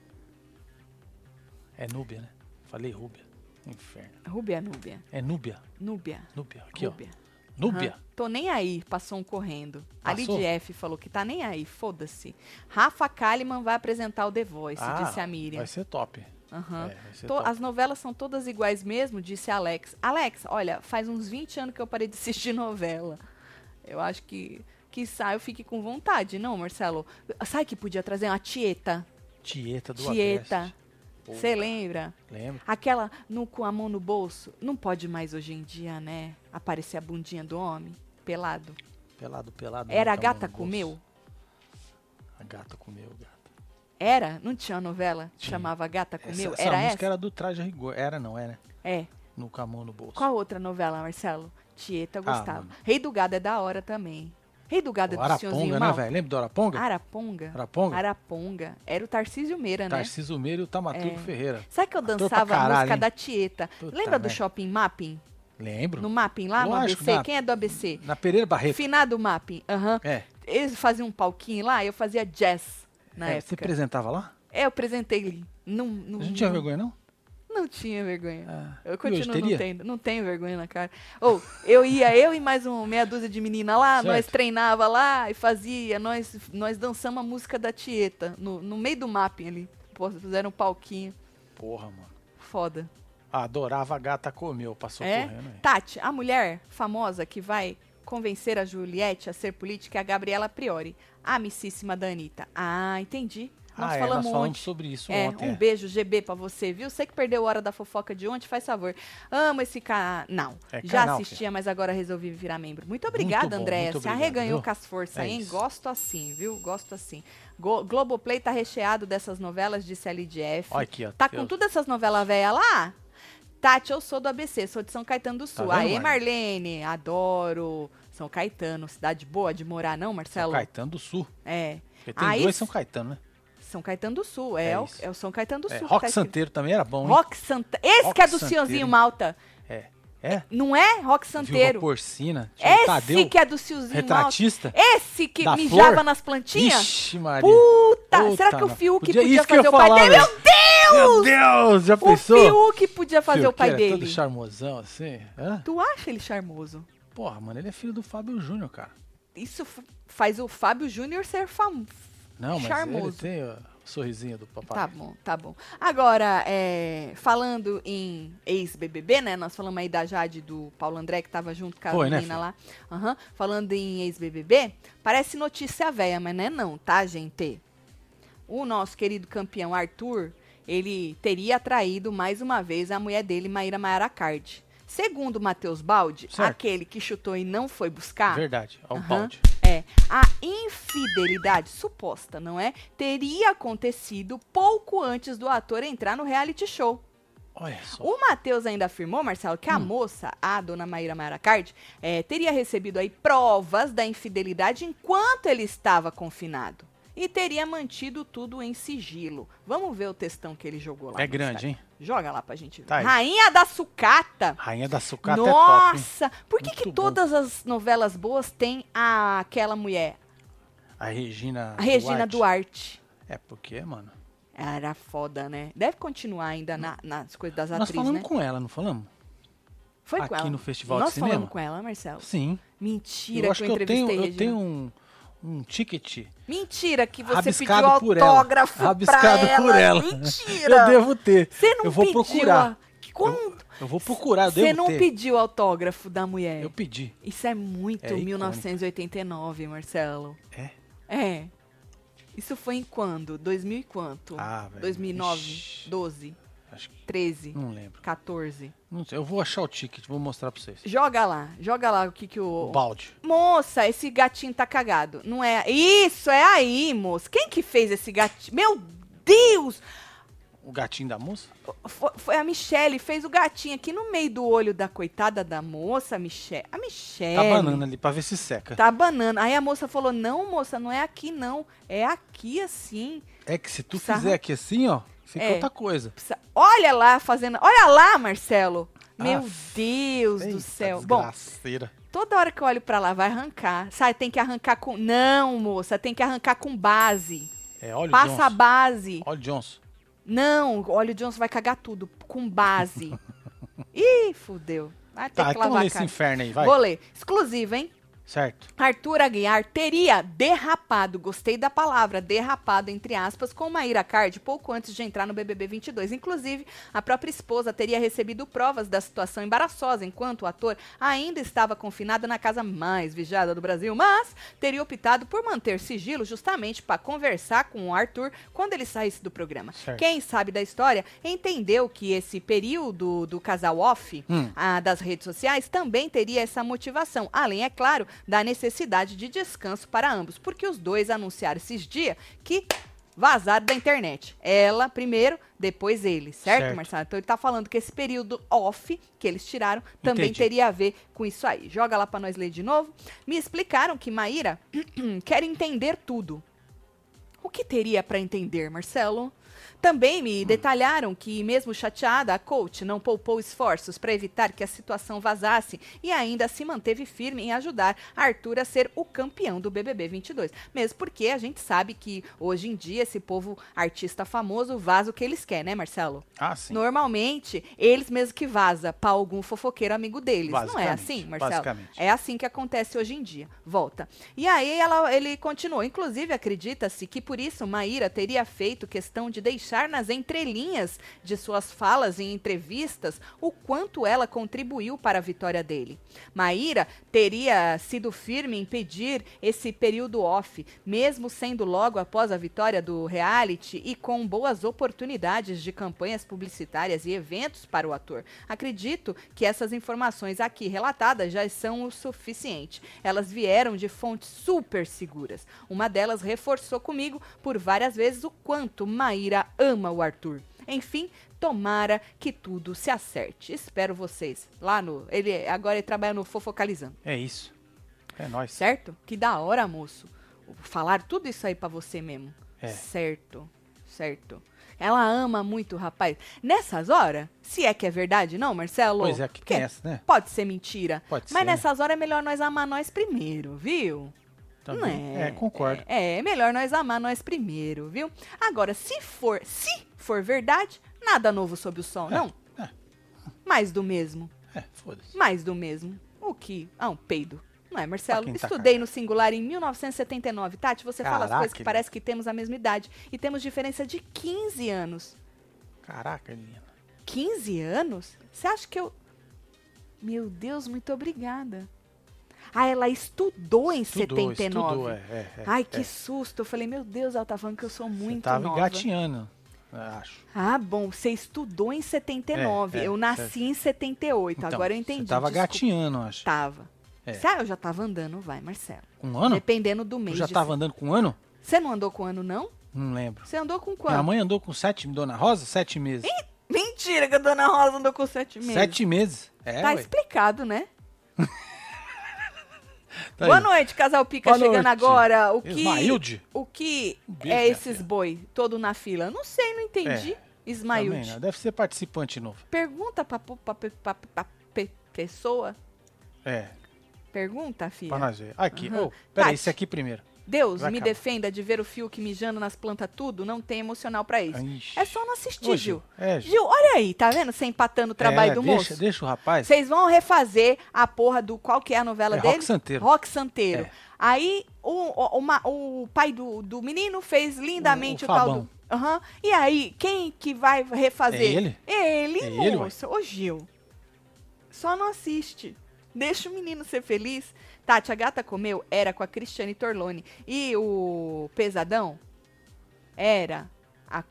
Speaker 2: É Núbia, né? Falei Rúbia. Inferno.
Speaker 1: Rúbia, Núbia.
Speaker 2: É Núbia.
Speaker 1: Núbia.
Speaker 2: Núbia. Aqui,
Speaker 1: Núbia.
Speaker 2: ó. Núbia.
Speaker 1: Aham. Tô nem aí, passou um correndo. A
Speaker 2: Passou?
Speaker 1: Lid F falou que tá nem aí, foda-se. Rafa Kalimann vai apresentar o The Voice,
Speaker 2: Ah,
Speaker 1: disse a Miriam.
Speaker 2: Vai ser top.
Speaker 1: Aham.
Speaker 2: É, vai ser
Speaker 1: To-
Speaker 2: top.
Speaker 1: as novelas são todas iguais mesmo, disse Alex. Alex, olha, faz uns 20 anos que eu parei de assistir novela. Eu acho que que sai eu fique com vontade, não, Marcelo? Sabe que podia trazer uma Tieta?
Speaker 2: Tieta do
Speaker 1: Tieta.
Speaker 2: Agreste. Pô,
Speaker 1: Você lembra?
Speaker 2: Lembro.
Speaker 1: Aquela no, com a mão no bolso. Não pode mais hoje em dia, né? Aparecer a bundinha do homem pelado.
Speaker 2: Pelado, pelado.
Speaker 1: Era a
Speaker 2: nunca a mão
Speaker 1: gata
Speaker 2: no
Speaker 1: comeu?
Speaker 2: bolso. A gata comeu, gata.
Speaker 1: Era? Não tinha uma novela que
Speaker 2: Tinha.
Speaker 1: chamava Gata Comeu?
Speaker 2: essa
Speaker 1: era
Speaker 2: música
Speaker 1: essa?
Speaker 2: era do Traje a Rigor. Era, não era?
Speaker 1: É.
Speaker 2: No Camão no Bolso.
Speaker 1: Qual outra novela, Marcelo? Tieta Gustavo.
Speaker 2: Ah, mano.
Speaker 1: Rei do Gado é da hora também. Rei do Gado
Speaker 2: O
Speaker 1: é do Senhorzinho
Speaker 2: Araponga, né,
Speaker 1: Mal?
Speaker 2: velho? Lembra do Araponga?
Speaker 1: Araponga?
Speaker 2: Araponga?
Speaker 1: Araponga. Era o Tarcísio Meira, né?
Speaker 2: Tarcísio Meira e o Tamaturgo
Speaker 1: É.
Speaker 2: Ferreira.
Speaker 1: Sabe que eu
Speaker 2: Ator pra
Speaker 1: dançava a
Speaker 2: caralho,
Speaker 1: música
Speaker 2: hein?
Speaker 1: da Tieta?
Speaker 2: Puta
Speaker 1: Lembra do
Speaker 2: merda.
Speaker 1: Shopping Mapping?
Speaker 2: Lembro.
Speaker 1: No Mapping lá
Speaker 2: Lógico,
Speaker 1: no ABC?
Speaker 2: na-
Speaker 1: Quem é do ABC?
Speaker 2: Na Pereira Barreto.
Speaker 1: Finado Mapping. Aham.
Speaker 2: É.
Speaker 1: Eles faziam um palquinho lá, eu fazia jazz na
Speaker 2: É, Você
Speaker 1: época.
Speaker 2: apresentava lá?
Speaker 1: É, eu apresentei ele. Não, não,
Speaker 2: A gente tinha vergonha, não?
Speaker 1: Não tinha vergonha.
Speaker 2: Ah,
Speaker 1: Eu
Speaker 2: e hoje
Speaker 1: continuo não
Speaker 2: teria?
Speaker 1: tendo. Não tenho vergonha na cara. Ou, eu ia, eu e mais um, meia dúzia de menina lá,
Speaker 2: Certo.
Speaker 1: nós treinava lá e fazia, nós, nós dançamos a música da Tieta, no, no meio do mapping ali. Pô, fizeram um palquinho.
Speaker 2: Porra, mano. Ah,
Speaker 1: Foda.
Speaker 2: Adorava a gata comeu, passou
Speaker 1: é?
Speaker 2: correndo aí.
Speaker 1: Tati, a mulher famosa que vai convencer a Juliette a ser política é a Gabriela Priori, a amicíssima da Anitta. Ah, entendi. Nós
Speaker 2: ah, é,
Speaker 1: falamos
Speaker 2: nós
Speaker 1: ontem.
Speaker 2: falamos sobre isso
Speaker 1: É,
Speaker 2: ontem.
Speaker 1: um
Speaker 2: é.
Speaker 1: beijo GB pra você, viu? Você que perdeu a hora da fofoca de ontem, faz favor. Amo esse canal. Não,
Speaker 2: É
Speaker 1: já
Speaker 2: canal,
Speaker 1: assistia, mas agora resolvi virar membro. Muito obrigada,
Speaker 2: Muito bom,
Speaker 1: Andréa.
Speaker 2: muito
Speaker 1: Você
Speaker 2: obrigado,
Speaker 1: arreganhou
Speaker 2: viu?
Speaker 1: com as forças,
Speaker 2: É
Speaker 1: hein?
Speaker 2: isso.
Speaker 1: Gosto assim, viu? Gosto assim. Go Globoplay tá recheado dessas novelas, disse a Lidia F.
Speaker 2: Olha aqui, ó.
Speaker 1: Tá com
Speaker 2: eu-
Speaker 1: todas essas novelas velhas lá? Tati, eu sou do ABC, sou de São Caetano do Sul.
Speaker 2: Tá vendo,
Speaker 1: Aê,
Speaker 2: Marlene?
Speaker 1: Marlene, adoro. São Caetano, cidade boa de morar, não,
Speaker 2: São
Speaker 1: Marcelo?
Speaker 2: Caetano do Sul.
Speaker 1: É.
Speaker 2: Porque tem
Speaker 1: Aí
Speaker 2: dois
Speaker 1: sim.
Speaker 2: São Caetano, né?
Speaker 1: São Caetano do Sul, é,
Speaker 2: É
Speaker 1: o,
Speaker 2: isso.
Speaker 1: é o São Caetano do
Speaker 2: É,
Speaker 1: Sul. que
Speaker 2: Rock
Speaker 1: tá escrito.
Speaker 2: Santeiro também era bom, Então, hein?
Speaker 1: Rock Santa. Esse
Speaker 2: Rock
Speaker 1: que é do
Speaker 2: Santeiro,
Speaker 1: Sionzinho
Speaker 2: hein?
Speaker 1: Malta.
Speaker 2: É. É?
Speaker 1: Não é? Rock
Speaker 2: Viúva
Speaker 1: Santeiro.
Speaker 2: Porcina. Tinha o
Speaker 1: Esse
Speaker 2: Tadeu,
Speaker 1: que é do Sionzinho Malta.
Speaker 2: retratista.
Speaker 1: Esse que
Speaker 2: tá, da
Speaker 1: mijava
Speaker 2: Flor.
Speaker 1: nas plantinhas.
Speaker 2: Ixi, Maria.
Speaker 1: Puta,
Speaker 2: Puta,
Speaker 1: será que o
Speaker 2: não.
Speaker 1: Fiuk podia,
Speaker 2: Podia- isso que eu
Speaker 1: fazer
Speaker 2: ia
Speaker 1: o pai
Speaker 2: falar, né?
Speaker 1: dele? Meu
Speaker 2: Meu
Speaker 1: Deus!
Speaker 2: Deus, já
Speaker 1: O
Speaker 2: pensou?
Speaker 1: Fiuk podia fazer o pai
Speaker 2: Fiuk era
Speaker 1: dele.
Speaker 2: todo charmosão assim. Hã?
Speaker 1: Tu acha ele charmoso?
Speaker 2: Porra, mano, ele é filho do Fábio Júnior, cara.
Speaker 1: Isso f- faz o Fábio Júnior ser famoso.
Speaker 2: Não, mas
Speaker 1: Charmoso.
Speaker 2: ele tem ó, o sorrisinho do papai.
Speaker 1: Tá bom, tá bom. Agora, é, falando em ex-BBB, né? Nós falamos aí da Jade e do Paulo André, que tava junto com a
Speaker 2: Foi, né,
Speaker 1: menina
Speaker 2: filho?
Speaker 1: lá. Aham. Falando em ex-BBB, parece notícia velha, mas não é não, tá, gente? O nosso querido campeão Arthur, ele teria atraído mais uma vez a mulher dele, Maíra Maiara Cardi. Segundo Matheus Baldi,
Speaker 2: Certo.
Speaker 1: aquele que chutou e não foi buscar,
Speaker 2: Verdade, ó o
Speaker 1: tá. Aham.
Speaker 2: balde.
Speaker 1: é, a infidelidade suposta, não é? Teria acontecido pouco antes do ator entrar no reality show.
Speaker 2: Olha só. Hum.
Speaker 1: O Matheus ainda afirmou, Marcelo, que a moça, a dona Maíra é, Maracardi, teria recebido aí provas da infidelidade enquanto ele estava confinado. e teria mantido tudo em sigilo. Vamos ver o textão que ele jogou lá.
Speaker 2: É
Speaker 1: no
Speaker 2: grande,
Speaker 1: Instagram.
Speaker 2: hein?
Speaker 1: Joga lá pra gente ver.
Speaker 2: Tá aí.
Speaker 1: Rainha da Sucata.
Speaker 2: Rainha da Sucata é top. hein?
Speaker 1: Nossa, por que,
Speaker 2: Muito
Speaker 1: que
Speaker 2: bom.
Speaker 1: todas as novelas boas têm a- aquela mulher,
Speaker 2: A Regina
Speaker 1: a Regina Duarte?
Speaker 2: É porque, mano.
Speaker 1: Era foda, né? Deve continuar ainda na- nas coisas das
Speaker 2: Nós
Speaker 1: atrizes,
Speaker 2: falamos
Speaker 1: né?
Speaker 2: com ela, não falamos?
Speaker 1: Foi
Speaker 2: aqui
Speaker 1: com ela.
Speaker 2: no Festival de
Speaker 1: Nós
Speaker 2: Cinema?
Speaker 1: falamos com ela, Marcelo.
Speaker 2: Sim.
Speaker 1: Mentira
Speaker 2: eu acho
Speaker 1: que
Speaker 2: que
Speaker 1: eu
Speaker 2: eu tenho,
Speaker 1: entrevistei
Speaker 2: eu
Speaker 1: Regina.
Speaker 2: tenho um, um ticket.
Speaker 1: Mentira que você pediu
Speaker 2: Rabiscado por ela.
Speaker 1: autógrafo
Speaker 2: Rabiscado
Speaker 1: pra ela.
Speaker 2: por ela.
Speaker 1: Mentira.
Speaker 2: Eu devo ter.
Speaker 1: Você não
Speaker 2: eu vou
Speaker 1: pediu
Speaker 2: procurar.
Speaker 1: a- que- Como?
Speaker 2: Eu vou procurar, eu
Speaker 1: Você
Speaker 2: devo
Speaker 1: não
Speaker 2: ter.
Speaker 1: pediu autógrafo da mulher.
Speaker 2: Eu pedi.
Speaker 1: Isso é muito
Speaker 2: É icônico.
Speaker 1: 1989, Marcelo.
Speaker 2: É?
Speaker 1: É. Isso foi em quando? 2000 e quanto?
Speaker 2: Ah, velho.
Speaker 1: 2009,
Speaker 2: Ixi.
Speaker 1: 12,
Speaker 2: Acho que
Speaker 1: 13,
Speaker 2: não lembro.
Speaker 1: 14.
Speaker 2: Não sei, eu vou achar o ticket, vou mostrar pra vocês.
Speaker 1: Joga lá, joga lá o que que o...
Speaker 2: O balde.
Speaker 1: Moça, esse gatinho tá cagado. Não é. Isso, é aí, moça. Quem que fez esse gatinho? Meu Deus!
Speaker 2: O gatinho da moça?
Speaker 1: Foi, foi a Michelle, fez o gatinho aqui no meio do olho da coitada da moça, a Michelle. A Michelle.
Speaker 2: Tá banana ali pra ver se seca.
Speaker 1: É, Tá banana. Aí a moça falou: Não, moça, não é aqui, não. É aqui assim.
Speaker 2: É que se tu
Speaker 1: Sarra-
Speaker 2: fizer aqui assim, ó, fica
Speaker 1: É.
Speaker 2: outra coisa.
Speaker 1: Precisa- Olha lá, fazendo. Olha lá, Marcelo. Meu
Speaker 2: Aff,
Speaker 1: Deus
Speaker 2: Ah, Eita,
Speaker 1: do céu. Bom,
Speaker 2: Desgraceira.
Speaker 1: toda hora que eu olho pra lá, vai arrancar. Sai, tem que arrancar com. Não, moça, tem que arrancar com base.
Speaker 2: É, olha o
Speaker 1: Passa a
Speaker 2: Johnson.
Speaker 1: base.
Speaker 2: Olha o Johnson.
Speaker 1: Não, olha, o Johnson vai cagar tudo com base. Ih, fudeu. Vai ter
Speaker 2: Tá,
Speaker 1: que
Speaker 2: então
Speaker 1: lavar
Speaker 2: lê
Speaker 1: a
Speaker 2: esse
Speaker 1: cara.
Speaker 2: inferno aí, vai.
Speaker 1: Vou ler. Exclusivo, hein?
Speaker 2: Certo.
Speaker 1: Arthur Aguiar teria derrapado, gostei da palavra, derrapado, entre aspas, com Maíra Cardi pouco antes de entrar no BBB 22. Inclusive, a própria esposa teria recebido provas da situação embaraçosa, enquanto o ator ainda estava confinado na casa mais vigiada do Brasil, mas teria optado por manter sigilo justamente para conversar com o Arthur quando ele saísse do programa.
Speaker 2: Certo.
Speaker 1: Quem sabe da história entendeu que esse período do casal off
Speaker 2: Hum.
Speaker 1: ah, das redes sociais também teria essa motivação, além, é claro, da necessidade de descanso para ambos, porque os dois anunciaram esses dias que vazaram da internet. Ela primeiro, depois ele, certo,
Speaker 2: Certo.
Speaker 1: Marcelo? Então ele tá falando que esse período off que eles tiraram também
Speaker 2: Entendi.
Speaker 1: teria a ver com isso aí. Joga lá para nós ler de novo. Me explicaram que Maíra quer entender tudo. O que teria para entender, Marcelo? Também me detalharam que, mesmo chateada, a coach não poupou esforços para evitar que a situação vazasse e ainda se manteve firme em ajudar Arthur a ser o campeão do BBB 22. Mesmo porque a gente sabe que, hoje em dia, esse povo artista famoso vaza o que eles querem, né, Marcelo?
Speaker 2: Ah, sim.
Speaker 1: Normalmente, eles mesmos que vaza para algum fofoqueiro amigo deles. Não é
Speaker 2: Basicamente,
Speaker 1: assim, Marcelo?
Speaker 2: basicamente.
Speaker 1: É assim que acontece hoje em dia. Volta. E aí ela- ele continuou. Inclusive, acredita-se que por isso Maíra teria feito questão de deixar nas entrelinhas de suas falas em entrevistas o quanto ela contribuiu para a vitória dele. Maíra teria sido firme em pedir esse período off, mesmo sendo logo após a vitória do reality e com boas oportunidades de campanhas publicitárias e eventos para o ator. Acredito que essas informações aqui relatadas já são o suficiente. Elas vieram de fontes super seguras. Uma delas reforçou comigo por várias vezes o quanto Maíra ama o Arthur. Enfim, tomara que tudo se acerte. Espero vocês lá no. Ele agora ele trabalha no Fofocalizando,
Speaker 2: É isso. É nóis.
Speaker 1: certo? Que da hora, moço. Falar tudo isso aí pra você mesmo.
Speaker 2: É.
Speaker 1: Certo, certo. Ela ama muito o rapaz. Nessas horas, se é que é verdade, não, Marcelo?
Speaker 2: Pois é, que
Speaker 1: Porque
Speaker 2: tem essa, né?
Speaker 1: Pode ser mentira.
Speaker 2: Pode
Speaker 1: mas
Speaker 2: ser.
Speaker 1: nessas horas é melhor nós amar nós primeiro, viu?
Speaker 2: Também.
Speaker 1: Não é?
Speaker 2: É, concordo.
Speaker 1: É, é melhor nós amar nós primeiro, viu? Agora, se for, se for verdade, nada novo sob o sol, não?
Speaker 2: é.
Speaker 1: Mais do mesmo,
Speaker 2: É, foda-se.
Speaker 1: mais do mesmo. O que? Ah, um peido. Não é, Marcelo?
Speaker 2: Pra quem tá
Speaker 1: Estudei no singular em 1979. Tati, você fala as
Speaker 2: Caraca,
Speaker 1: coisas que
Speaker 2: Lina.
Speaker 1: parece que temos a mesma idade. E temos diferença de 15 anos.
Speaker 2: Caraca, Lina.
Speaker 1: 15 anos? Você acha que eu. Meu Deus, muito obrigada. Ah, ela estudou em
Speaker 2: Estudou,
Speaker 1: 79.
Speaker 2: estudou, é, é, é.
Speaker 1: Ai, que
Speaker 2: é.
Speaker 1: susto. Eu falei, meu Deus, ela tá falando que eu sou
Speaker 2: Você
Speaker 1: muito
Speaker 2: Tava
Speaker 1: nova.
Speaker 2: engatinhando, eu acho.
Speaker 1: Ah, bom, você estudou em 79.
Speaker 2: É, é,
Speaker 1: eu nasci em 78.
Speaker 2: Então,
Speaker 1: Agora eu entendi.
Speaker 2: Você tava
Speaker 1: desculpa. Tá.
Speaker 2: gatinhando, eu acho.
Speaker 1: Tava.
Speaker 2: É.
Speaker 1: Sabe, eu já tava andando, vai, Marcelo.
Speaker 2: Com Um ano?
Speaker 1: Dependendo do mês.
Speaker 2: Eu já
Speaker 1: de-
Speaker 2: tava andando com um ano?
Speaker 1: Você não andou com ano, não?
Speaker 2: Não lembro.
Speaker 1: Você andou com
Speaker 2: Minha
Speaker 1: quanto?
Speaker 2: mãe andou com sete, Dona Rosa, sete meses.
Speaker 1: Mentira que a Dona Rosa andou com sete meses.
Speaker 2: É, Sete meses. É,
Speaker 1: Tá
Speaker 2: ué.
Speaker 1: explicado, né?
Speaker 2: Tá
Speaker 1: Boa
Speaker 2: aí.
Speaker 1: noite, casal Pica,
Speaker 2: Boa
Speaker 1: chegando
Speaker 2: noite.
Speaker 1: agora. O que,
Speaker 2: Ismailde?
Speaker 1: o que
Speaker 2: Um beijo,
Speaker 1: é
Speaker 2: minha
Speaker 1: esses
Speaker 2: filha. É,
Speaker 1: boi todo na fila? Não sei, não entendi.
Speaker 2: Também,
Speaker 1: Ismailde.
Speaker 2: né? Deve ser participante novo.
Speaker 1: Pergunta pra, pu- pra, pe- pra, pra pe- pessoa.
Speaker 2: É,
Speaker 1: Pergunta, filha.
Speaker 2: pra nós ver. Aqui,
Speaker 1: Aham.
Speaker 2: oh, peraí,
Speaker 1: Tati.
Speaker 2: esse aqui primeiro.
Speaker 1: Deus
Speaker 2: Vai
Speaker 1: me
Speaker 2: acabar.
Speaker 1: defenda de ver o Fiuk mijando nas plantas tudo, não tem emocional pra isso.
Speaker 2: Ixi.
Speaker 1: É só não assistir,
Speaker 2: Ô,
Speaker 1: Gil.
Speaker 2: É, Gil.
Speaker 1: Gil, olha aí, tá vendo? Você empatando o trabalho
Speaker 2: É,
Speaker 1: do
Speaker 2: deixa,
Speaker 1: moço.
Speaker 2: Deixa o rapaz.
Speaker 1: Vocês vão refazer a porra do qual que é a novela
Speaker 2: É,
Speaker 1: dele?
Speaker 2: Rock Santeiro.
Speaker 1: Rock Santeiro.
Speaker 2: É.
Speaker 1: Aí o, o, uma- o pai do, do menino fez lindamente
Speaker 2: O-
Speaker 1: o,
Speaker 2: o
Speaker 1: tal
Speaker 2: Fabão.
Speaker 1: do... Aham. E aí, quem que vai refazer?
Speaker 2: É ele?
Speaker 1: Ele,
Speaker 2: É ele, ué.
Speaker 1: moço. Ô, Gil. Só não assiste. Deixa o menino ser feliz. Tati, a gata comeu era com a Cristiane Torlone. E o pesadão era a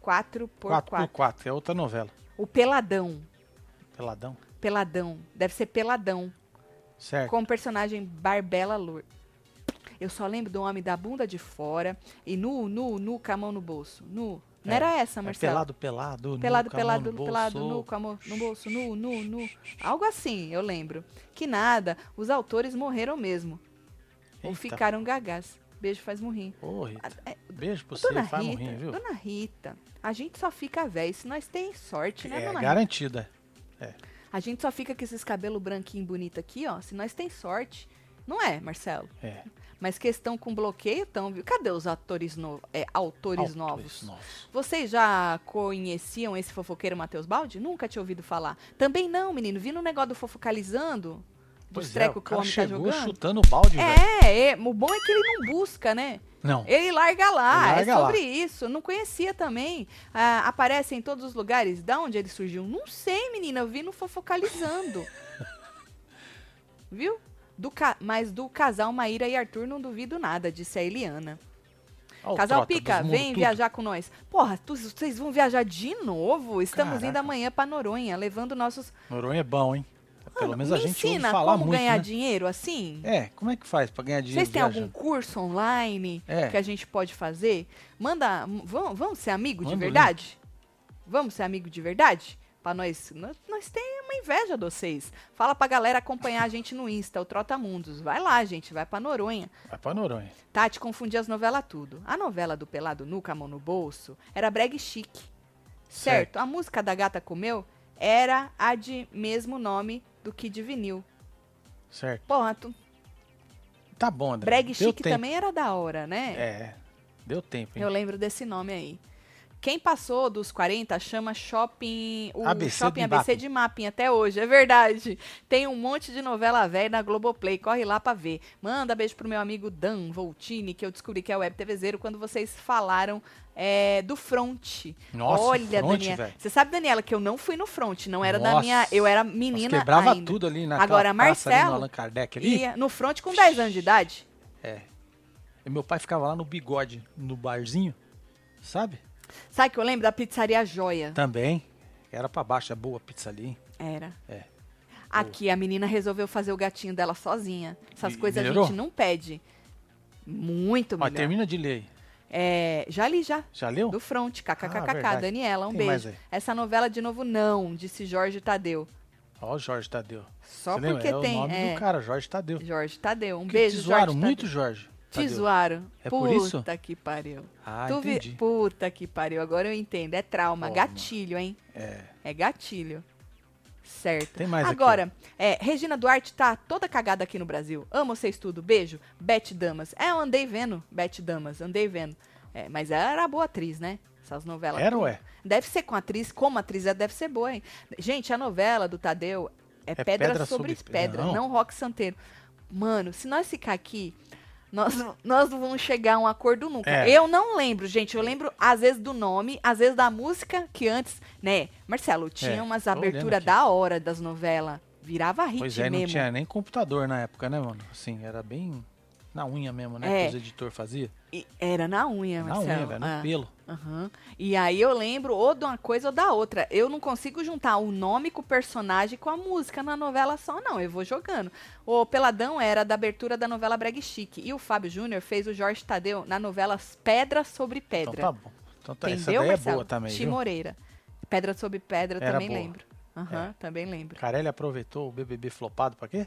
Speaker 1: 4 por 4
Speaker 2: 4x4, é outra novela.
Speaker 1: O peladão.
Speaker 2: Peladão.
Speaker 1: Peladão. Deve ser peladão.
Speaker 2: Certo.
Speaker 1: com o personagem Barbela Lur. Eu só lembro do homem da bunda de fora e nu, nu, nu, com a mão no bolso. Nu. Não
Speaker 2: É,
Speaker 1: era essa,
Speaker 2: É
Speaker 1: Marcelo?
Speaker 2: pelado, pelado. nu,
Speaker 1: pelado,
Speaker 2: com a mão
Speaker 1: pelado,
Speaker 2: no
Speaker 1: pelado,
Speaker 2: bolso.
Speaker 1: nu, com a mão no bolso, nu, nu, nu. Algo assim, eu lembro. Que nada, os autores morreram mesmo. Ou
Speaker 2: Eita.
Speaker 1: ficaram gagás. Beijo faz murrinho.
Speaker 2: Ô, Rita.
Speaker 1: É,
Speaker 2: Beijo pra você,
Speaker 1: dona
Speaker 2: faz
Speaker 1: Rita,
Speaker 2: morrinho, viu?
Speaker 1: dona Rita, a gente só fica velho se nós tem sorte, né,
Speaker 2: É
Speaker 1: dona Rita?
Speaker 2: garantida.
Speaker 1: A gente só fica com esses cabelos branquinhos bonitos aqui, ó, se nós tem sorte. Não é, Marcelo?
Speaker 2: É.
Speaker 1: Mas questão com bloqueio, então, viu? Cadê os atores no- é, autores,
Speaker 2: Autores
Speaker 1: novos?
Speaker 2: novos.
Speaker 1: Vocês já conheciam esse fofoqueiro Matheus Baldi? Nunca tinha ouvido falar. Também não, menino. Vi no negócio do fofocalizando, dos
Speaker 2: Pois
Speaker 1: treco
Speaker 2: é,
Speaker 1: que
Speaker 2: o
Speaker 1: o
Speaker 2: cara
Speaker 1: homem tá
Speaker 2: chegou
Speaker 1: jogando.
Speaker 2: chutando o balde, né? velho.
Speaker 1: É, é, o bom é que ele não busca, né?
Speaker 2: Não.
Speaker 1: Ele larga lá,
Speaker 2: Ele larga
Speaker 1: é sobre isso. Não conhecia também. Ah, aparece em todos os lugares. Da onde ele surgiu? Não sei, menina. Eu vi no Fofocalizando. Viu? Do ca- Mas do casal Maíra e Arthur não duvido nada, disse a Eliana.
Speaker 2: Ó, o
Speaker 1: casal
Speaker 2: Trota,
Speaker 1: Pica,
Speaker 2: desmundo
Speaker 1: vem
Speaker 2: tudo.
Speaker 1: viajar com nós. Porra, tu- vocês vão viajar de novo? Estamos indo
Speaker 2: Caraca.
Speaker 1: amanhã pra Noronha, levando nossos.
Speaker 2: Noronha é bom, hein? Pelo
Speaker 1: Mano,
Speaker 2: menos a
Speaker 1: Ah, me
Speaker 2: gente ouve
Speaker 1: ensina
Speaker 2: falar
Speaker 1: como
Speaker 2: muito,
Speaker 1: ganhar
Speaker 2: né?
Speaker 1: dinheiro assim?
Speaker 2: É, como é que faz pra ganhar dinheiro
Speaker 1: Vocês têm algum
Speaker 2: viajando?
Speaker 1: curso online
Speaker 2: É.
Speaker 1: que a gente pode fazer? Manda. m- Vamos, vamos ser amigo
Speaker 2: Manda
Speaker 1: de
Speaker 2: o
Speaker 1: verdade? Vamos ser amigo de verdade? Pra nós. Nós, nós temos uma inveja de vocês. Fala pra galera acompanhar a gente no Insta, o Trota Mundos. Vai lá, gente, vai pra Noronha.
Speaker 2: Vai pra Noronha.
Speaker 1: Tati confundia as novelas tudo. A novela do Pelado Nu, com a mão no bolso, era brega chique. Certo. A música da Gata Comeu era a de mesmo nome do que de vinil.
Speaker 2: Certo.
Speaker 1: Porra, tu,
Speaker 2: Tá bom, André.
Speaker 1: brega
Speaker 2: Deu
Speaker 1: chique
Speaker 2: tempo.
Speaker 1: também era da hora, né?
Speaker 2: É, deu tempo, hein?
Speaker 1: Eu lembro desse nome aí. Quem passou dos 40 chama shopping. O
Speaker 2: ABC
Speaker 1: shopping
Speaker 2: de
Speaker 1: ABC
Speaker 2: Mapping.
Speaker 1: de Mapping até hoje, é verdade. Tem um monte de novela velha na Globoplay, corre lá pra ver. Manda beijo pro meu amigo Dan Voltini, que eu descobri que é web TV Zero quando vocês falaram é, do front.
Speaker 2: Nossa,
Speaker 1: Olha,
Speaker 2: fronte,
Speaker 1: Daniela.
Speaker 2: velho.
Speaker 1: Você sabe, Daniela, que eu não fui no front, não era da
Speaker 2: Nossa.
Speaker 1: minha. Eu era
Speaker 2: Nós
Speaker 1: menina.
Speaker 2: quebrava
Speaker 1: ainda.
Speaker 2: tudo ali naquela
Speaker 1: Agora,
Speaker 2: praça ali no
Speaker 1: Marcelo
Speaker 2: Allan Kardec ali.
Speaker 1: Ia no front com 10 anos de idade.
Speaker 2: E meu pai ficava lá no bigode, no barzinho, sabe?
Speaker 1: Sabe que eu lembro da pizzaria Joia?
Speaker 2: Também. Era pra baixo, é boa a pizza ali. hein?
Speaker 1: Era.
Speaker 2: É.
Speaker 1: Aqui a menina resolveu fazer o gatinho dela sozinha. Essas
Speaker 2: E
Speaker 1: coisas
Speaker 2: melhorou?
Speaker 1: a gente não pede. Muito
Speaker 2: Ó,
Speaker 1: melhor.
Speaker 2: termina de ler aí.
Speaker 1: É, já li já.
Speaker 2: Já leu?
Speaker 1: Do front, kkkk,
Speaker 2: Ah, verdade.
Speaker 1: Daniela, um
Speaker 2: Tem mais
Speaker 1: beijo.
Speaker 2: aí.
Speaker 1: Essa novela de novo não, disse Jorge Tadeu.
Speaker 2: Ó, o Jorge Tadeu.
Speaker 1: Só
Speaker 2: Você lembra?
Speaker 1: porque
Speaker 2: é
Speaker 1: tem,
Speaker 2: o nome
Speaker 1: é,
Speaker 2: do cara, Jorge Tadeu.
Speaker 1: Jorge Tadeu, um
Speaker 2: Que
Speaker 1: beijo,
Speaker 2: te zoaram
Speaker 1: Jorge
Speaker 2: muito,
Speaker 1: Tadeu.
Speaker 2: Jorge.
Speaker 1: Te
Speaker 2: Tadeu.
Speaker 1: zoaram.
Speaker 2: É por
Speaker 1: Puta
Speaker 2: isso?
Speaker 1: que pariu.
Speaker 2: Ah,
Speaker 1: Tu vi-
Speaker 2: entendi.
Speaker 1: Puta que pariu, agora eu entendo. É trauma,
Speaker 2: Toma.
Speaker 1: gatilho, hein?
Speaker 2: É.
Speaker 1: É gatilho. Certo.
Speaker 2: Tem mais aqui,
Speaker 1: Agora, é, Regina Duarte tá toda cagada aqui no Brasil. Amo vocês tudo. Beijo. Beth Damas. É, eu andei vendo Beth Damas. Andei vendo. É, mas ela era boa atriz, né? Essas novelas.
Speaker 2: Era ou é?
Speaker 1: Deve ser com atriz. Como atriz, ela deve ser boa, hein? Gente, a novela do Tadeu é, pedra, sobre, pedra, não, rock santeiro. Mano, se nós ficar aqui... Nós, nós não vamos chegar a um acordo nunca.
Speaker 2: É.
Speaker 1: Eu não lembro, gente. Eu lembro, às vezes, do nome, às vezes da música, que antes, né? Marcelo, tinha
Speaker 2: É,
Speaker 1: umas
Speaker 2: tô olhando
Speaker 1: aberturas
Speaker 2: aqui.
Speaker 1: da hora das novelas. Virava hit
Speaker 2: Pois é, não
Speaker 1: mesmo.
Speaker 2: tinha nem computador na época, né, mano? Assim, era bem na unha mesmo, né?
Speaker 1: É.
Speaker 2: Que os editores faziam.
Speaker 1: E era na unha,
Speaker 2: Na
Speaker 1: Marcelo.
Speaker 2: unha, velho, no
Speaker 1: Ah.
Speaker 2: pelo.
Speaker 1: Aham. E aí eu lembro ou de uma coisa ou da outra. Eu não consigo juntar o nome com o personagem com a música na novela só, não. Eu vou jogando. O Peladão era da abertura da novela Breg Chique. E o Fábio Júnior fez o Jorge Tadeu na novela Pedra sobre Pedra.
Speaker 2: Então tá bom. Então tá, essa
Speaker 1: É, Entendeu,
Speaker 2: daí é
Speaker 1: Marcelo?
Speaker 2: boa também,
Speaker 1: Ti
Speaker 2: viu?
Speaker 1: Moreira. Pedra sobre Pedra,
Speaker 2: Era
Speaker 1: também
Speaker 2: boa. É.
Speaker 1: lembro. Aham, também lembro.
Speaker 2: Carelli aproveitou o BBB flopado pra quê?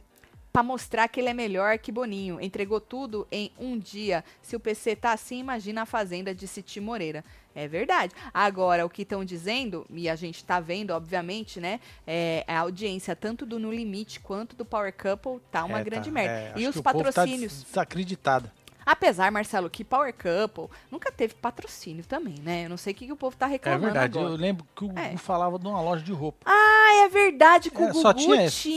Speaker 1: pra mostrar que ele é melhor que Boninho. Entregou tudo em um dia. Se o PC tá assim, imagina a fazenda, disse Tim Moreira. É verdade. Agora, o que estão dizendo, e a gente tá vendo, obviamente, né? É, a audiência, tanto do No Limite quanto do Power Couple, tá uma
Speaker 2: É,
Speaker 1: grande
Speaker 2: tá.
Speaker 1: merda.
Speaker 2: É, acho
Speaker 1: e
Speaker 2: que
Speaker 1: os
Speaker 2: o povo tá
Speaker 1: patrocínios.
Speaker 2: des- desacreditado.
Speaker 1: Apesar, Marcelo, que Power Couple nunca teve patrocínio também, né? Eu não sei o que, que o povo tá
Speaker 2: É
Speaker 1: reclamando
Speaker 2: verdade.
Speaker 1: agora.
Speaker 2: Eu lembro que o Gugu
Speaker 1: É.
Speaker 2: falava de uma loja de roupa.
Speaker 1: Ah, é verdade, com o
Speaker 2: É, só
Speaker 1: Gugu
Speaker 2: tinha
Speaker 1: tinha.
Speaker 2: esse.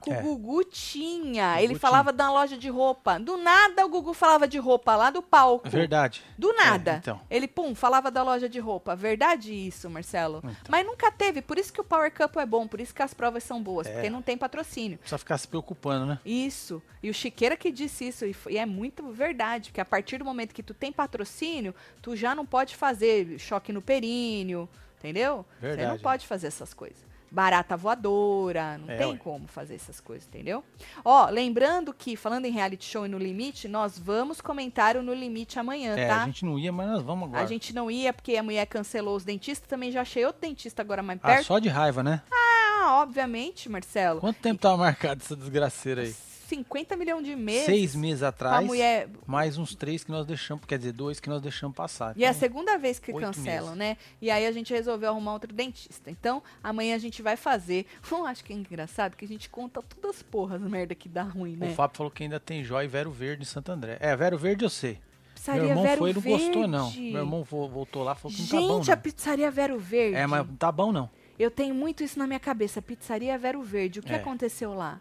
Speaker 1: Com
Speaker 2: É.
Speaker 1: o Gugu tinha.
Speaker 2: Gugu
Speaker 1: Ele
Speaker 2: tinha.
Speaker 1: falava da loja de roupa. Do nada o Gugu falava de roupa lá do palco.
Speaker 2: É verdade.
Speaker 1: Do nada.
Speaker 2: É, então.
Speaker 1: Ele, pum, falava da loja de roupa. Verdade isso, Marcelo.
Speaker 2: Então.
Speaker 1: Mas nunca teve. Por isso que o Power Cup é bom. Por isso que as provas são boas.
Speaker 2: É.
Speaker 1: Porque não tem patrocínio.
Speaker 2: Precisa ficar se preocupando, né?
Speaker 1: Isso. E o Chiqueira que disse isso. E, f- e é muito verdade. Porque a partir do momento que tu tem patrocínio, tu já não pode fazer choque no períneo. Entendeu? Você não
Speaker 2: Verdade.
Speaker 1: pode fazer essas coisas. Barata voadora, não
Speaker 2: É,
Speaker 1: tem
Speaker 2: ué.
Speaker 1: como fazer essas coisas, entendeu? Ó, lembrando que, falando em reality show e no limite, nós vamos comentar o No Limite amanhã,
Speaker 2: É,
Speaker 1: tá?
Speaker 2: a gente não ia, mas nós vamos agora.
Speaker 1: A gente não ia porque a mulher cancelou os dentistas. Também já achei outro dentista agora mais
Speaker 2: Ah,
Speaker 1: perto.
Speaker 2: só de raiva, né?
Speaker 1: Ah, obviamente, Marcelo.
Speaker 2: Quanto tempo tava marcado essa desgraceira aí?
Speaker 1: 50 milhões de meses.
Speaker 2: Seis meses
Speaker 1: pra
Speaker 2: atrás,
Speaker 1: mulher.
Speaker 2: mais uns três que nós deixamos, quer dizer, dois que nós deixamos passar.
Speaker 1: E é a
Speaker 2: Então,
Speaker 1: segunda vez que
Speaker 2: oito
Speaker 1: cancelam,
Speaker 2: meses.
Speaker 1: né? E aí a gente resolveu arrumar outro dentista. Então, amanhã a gente vai fazer. Eu acho que é engraçado que a gente conta todas as porras, merda que dá ruim,
Speaker 2: O
Speaker 1: né?
Speaker 2: Fábio falou que ainda tem Jó e Vero Verde em Santo André. É, Vero Verde eu sei.
Speaker 1: Pizzaria
Speaker 2: Meu irmão
Speaker 1: Vero
Speaker 2: foi e não
Speaker 1: Verde.
Speaker 2: gostou, não. Meu irmão vo- voltou lá e falou que não
Speaker 1: Gente,
Speaker 2: tá bom,
Speaker 1: a
Speaker 2: não.
Speaker 1: pizzaria Vero Verde.
Speaker 2: É, mas não tá bom, não.
Speaker 1: Eu tenho muito isso na minha cabeça. Pizzaria Vero Verde. O que
Speaker 2: É.
Speaker 1: aconteceu lá?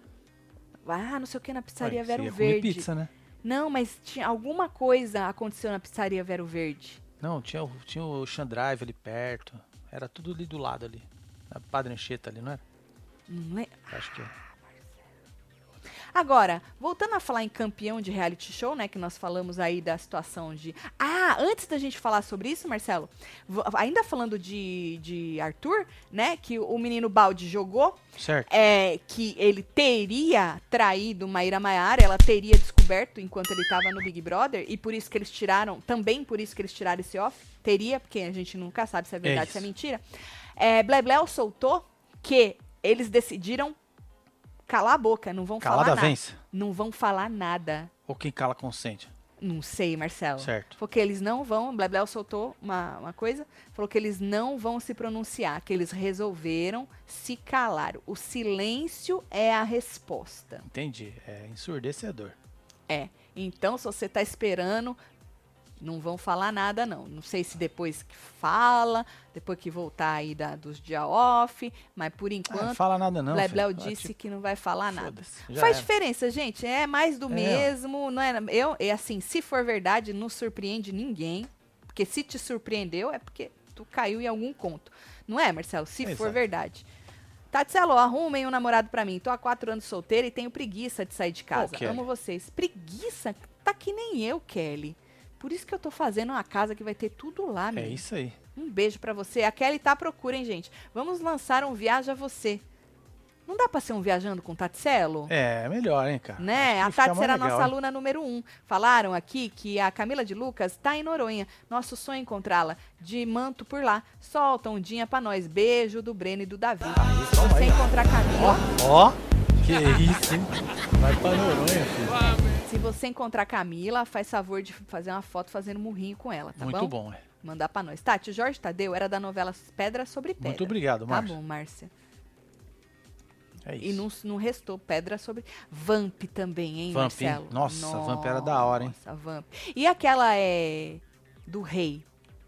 Speaker 1: Ah, não sei o que na pizzaria
Speaker 2: Ué, você
Speaker 1: Vero
Speaker 2: ia comer
Speaker 1: Verde.
Speaker 2: pizza, né?
Speaker 1: Não, mas tinha alguma coisa aconteceu na pizzaria Vero Verde.
Speaker 2: Não, tinha, o- tinha o Ocean Drive ali perto. Era tudo ali do lado ali. Na Padre Anchieta ali, não era?
Speaker 1: Não le-
Speaker 2: Acho que é.
Speaker 1: Agora, voltando a falar em campeão de reality show, né? Que nós falamos aí da situação de. Ah, antes da gente falar sobre isso, Marcelo, vo- ainda falando de, de Arthur, né? Que o menino Balde jogou
Speaker 2: Certo.
Speaker 1: é, que ele teria traído Maíra Maiara, ela teria descoberto enquanto ele estava no Big Brother, e por isso que eles tiraram, também por isso que eles tiraram esse off, teria, porque a gente nunca sabe se é verdade,
Speaker 2: É
Speaker 1: se é
Speaker 2: isso.
Speaker 1: mentira. É, Blebleu soltou que eles decidiram calar a boca, não vão
Speaker 2: Calada
Speaker 1: falar nada.
Speaker 2: vence.
Speaker 1: Não vão falar nada.
Speaker 2: Ou quem cala consente.
Speaker 1: Não sei, Marcelo.
Speaker 2: Certo.
Speaker 1: Porque eles não vão. Blebleu soltou uma, uma coisa, falou que eles não vão se pronunciar, que eles resolveram se calar. O silêncio é a resposta.
Speaker 2: Entendi. É ensurdecedor.
Speaker 1: É. Então, se você tá esperando, não vão falar nada, não. Não sei se depois que fala, depois que voltar aí da, dos dia off, mas por
Speaker 2: Ah, não
Speaker 1: enquanto,
Speaker 2: fala nada, não.
Speaker 1: Blebleu
Speaker 2: filho. Ah,
Speaker 1: disse
Speaker 2: tipo,
Speaker 1: que não vai falar nada.
Speaker 2: foda-se, já
Speaker 1: Faz
Speaker 2: era.
Speaker 1: diferença, gente. É mais do
Speaker 2: É, ó.
Speaker 1: mesmo. Não é, eu, é assim, se for verdade, não surpreende ninguém. Porque se te surpreendeu, é porque tu caiu em algum conto. Não é, Marcelo? Se for
Speaker 2: Exato.
Speaker 1: verdade. Tatielo, arrumem um namorado pra mim. Tô há quatro anos solteira e tenho preguiça de sair de casa.
Speaker 2: Kelly.
Speaker 1: Amo vocês. Preguiça? Tá que nem eu, Kelly. Por isso que eu tô fazendo uma casa que vai ter tudo lá,
Speaker 2: É
Speaker 1: menino.
Speaker 2: isso aí.
Speaker 1: Um beijo pra você. A Kelly tá à procura, hein, gente? Vamos lançar um Viaja Você. Não dá pra ser um Viajando com Tatselo?
Speaker 2: É, melhor, hein, cara.
Speaker 1: Né? A
Speaker 2: Acho que fica
Speaker 1: Tati
Speaker 2: mais
Speaker 1: será
Speaker 2: legal,
Speaker 1: nossa
Speaker 2: hein?
Speaker 1: aluna número um. Falaram aqui que a Camila de Lucas tá em Noronha. Nosso sonho é encontrá-la de manto por lá. Solta um dia pra nós. Beijo do Breno e do Davi.
Speaker 2: Ah,
Speaker 1: Se você encontrar a Camila,
Speaker 2: Ó, que isso, hein? Vai pra Noronha,
Speaker 1: Tá
Speaker 2: filho.
Speaker 1: se você encontrar a Camila, faz favor de fazer uma foto fazendo murrinho com ela, tá
Speaker 2: Muito
Speaker 1: bom?
Speaker 2: bom, é.
Speaker 1: Mandar pra nós. Tati, o Jorge Tadeu era da novela Pedra sobre Pedra.
Speaker 2: Muito obrigado,
Speaker 1: Tá
Speaker 2: Márcio.
Speaker 1: bom, Márcia.
Speaker 2: É isso.
Speaker 1: E não, não restou pedra sobre. Vamp também, hein,
Speaker 2: Vamp, hein?
Speaker 1: Marcelo?
Speaker 2: Nossa, Vamp era da hora, hein?
Speaker 1: Nossa, Vamp. E aquela é. Do rei.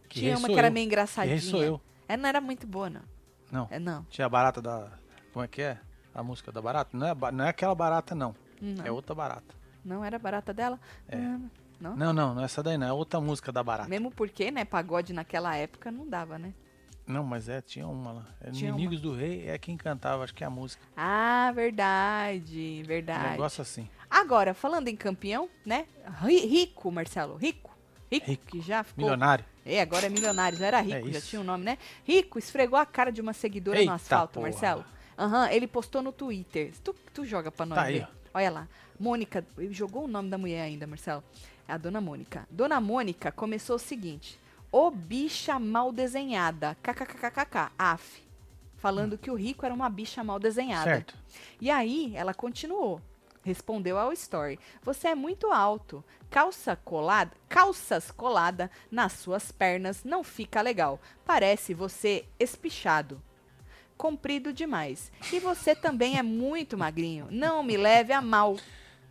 Speaker 2: Que
Speaker 1: Tinha
Speaker 2: rei
Speaker 1: uma
Speaker 2: sou
Speaker 1: que era
Speaker 2: eu.
Speaker 1: meio engraçadinha.
Speaker 2: Errei sou eu.
Speaker 1: É, não era muito boa, não.
Speaker 2: Não.
Speaker 1: É, não.
Speaker 2: Tinha a barata da. Como é que é? A música da barata? Não é, ba- não é aquela barata, não.
Speaker 1: Hum, Não,
Speaker 2: É outra barata.
Speaker 1: não era barata dela? Ah, Não?
Speaker 2: Não, não, não é essa daí, não. É outra música da barata.
Speaker 1: Mesmo porque, né, pagode naquela época não dava, né?
Speaker 2: Não, mas é, tinha uma lá. É
Speaker 1: Tinha
Speaker 2: Inimigos do Rei é quem cantava, acho que é a música.
Speaker 1: Ah, verdade,
Speaker 2: Um
Speaker 1: verdade.
Speaker 2: negócio assim.
Speaker 1: Agora, falando em campeão, né? Ri- Rico, Marcelo, rico. Rico,
Speaker 2: Rico.
Speaker 1: que já ficou.
Speaker 2: Milionário.
Speaker 1: É, agora é milionário, já era rico, já
Speaker 2: É isso.
Speaker 1: tinha o nome, né? Rico esfregou a cara de uma seguidora no
Speaker 2: Eita
Speaker 1: asfalto,
Speaker 2: porra.
Speaker 1: Marcelo. Aham, ele postou no Twitter. Tu, tu joga pra nós
Speaker 2: Tá aí,
Speaker 1: ver. Olha lá. Mônica, ele jogou o nome da mulher ainda, Marcelo. É a Dona Mônica. Dona Mônica começou o seguinte. Ô bicha mal desenhada. KKKKK. Af.
Speaker 2: Hum.
Speaker 1: Falando que o rico era uma bicha mal desenhada.
Speaker 2: Certo.
Speaker 1: E aí, ela continuou. Respondeu ao story. Você é muito alto. Calça colada, calças colada nas suas pernas não fica legal. Parece você espichado. Comprido demais. E você também é muito magrinho. Não me leve a mal.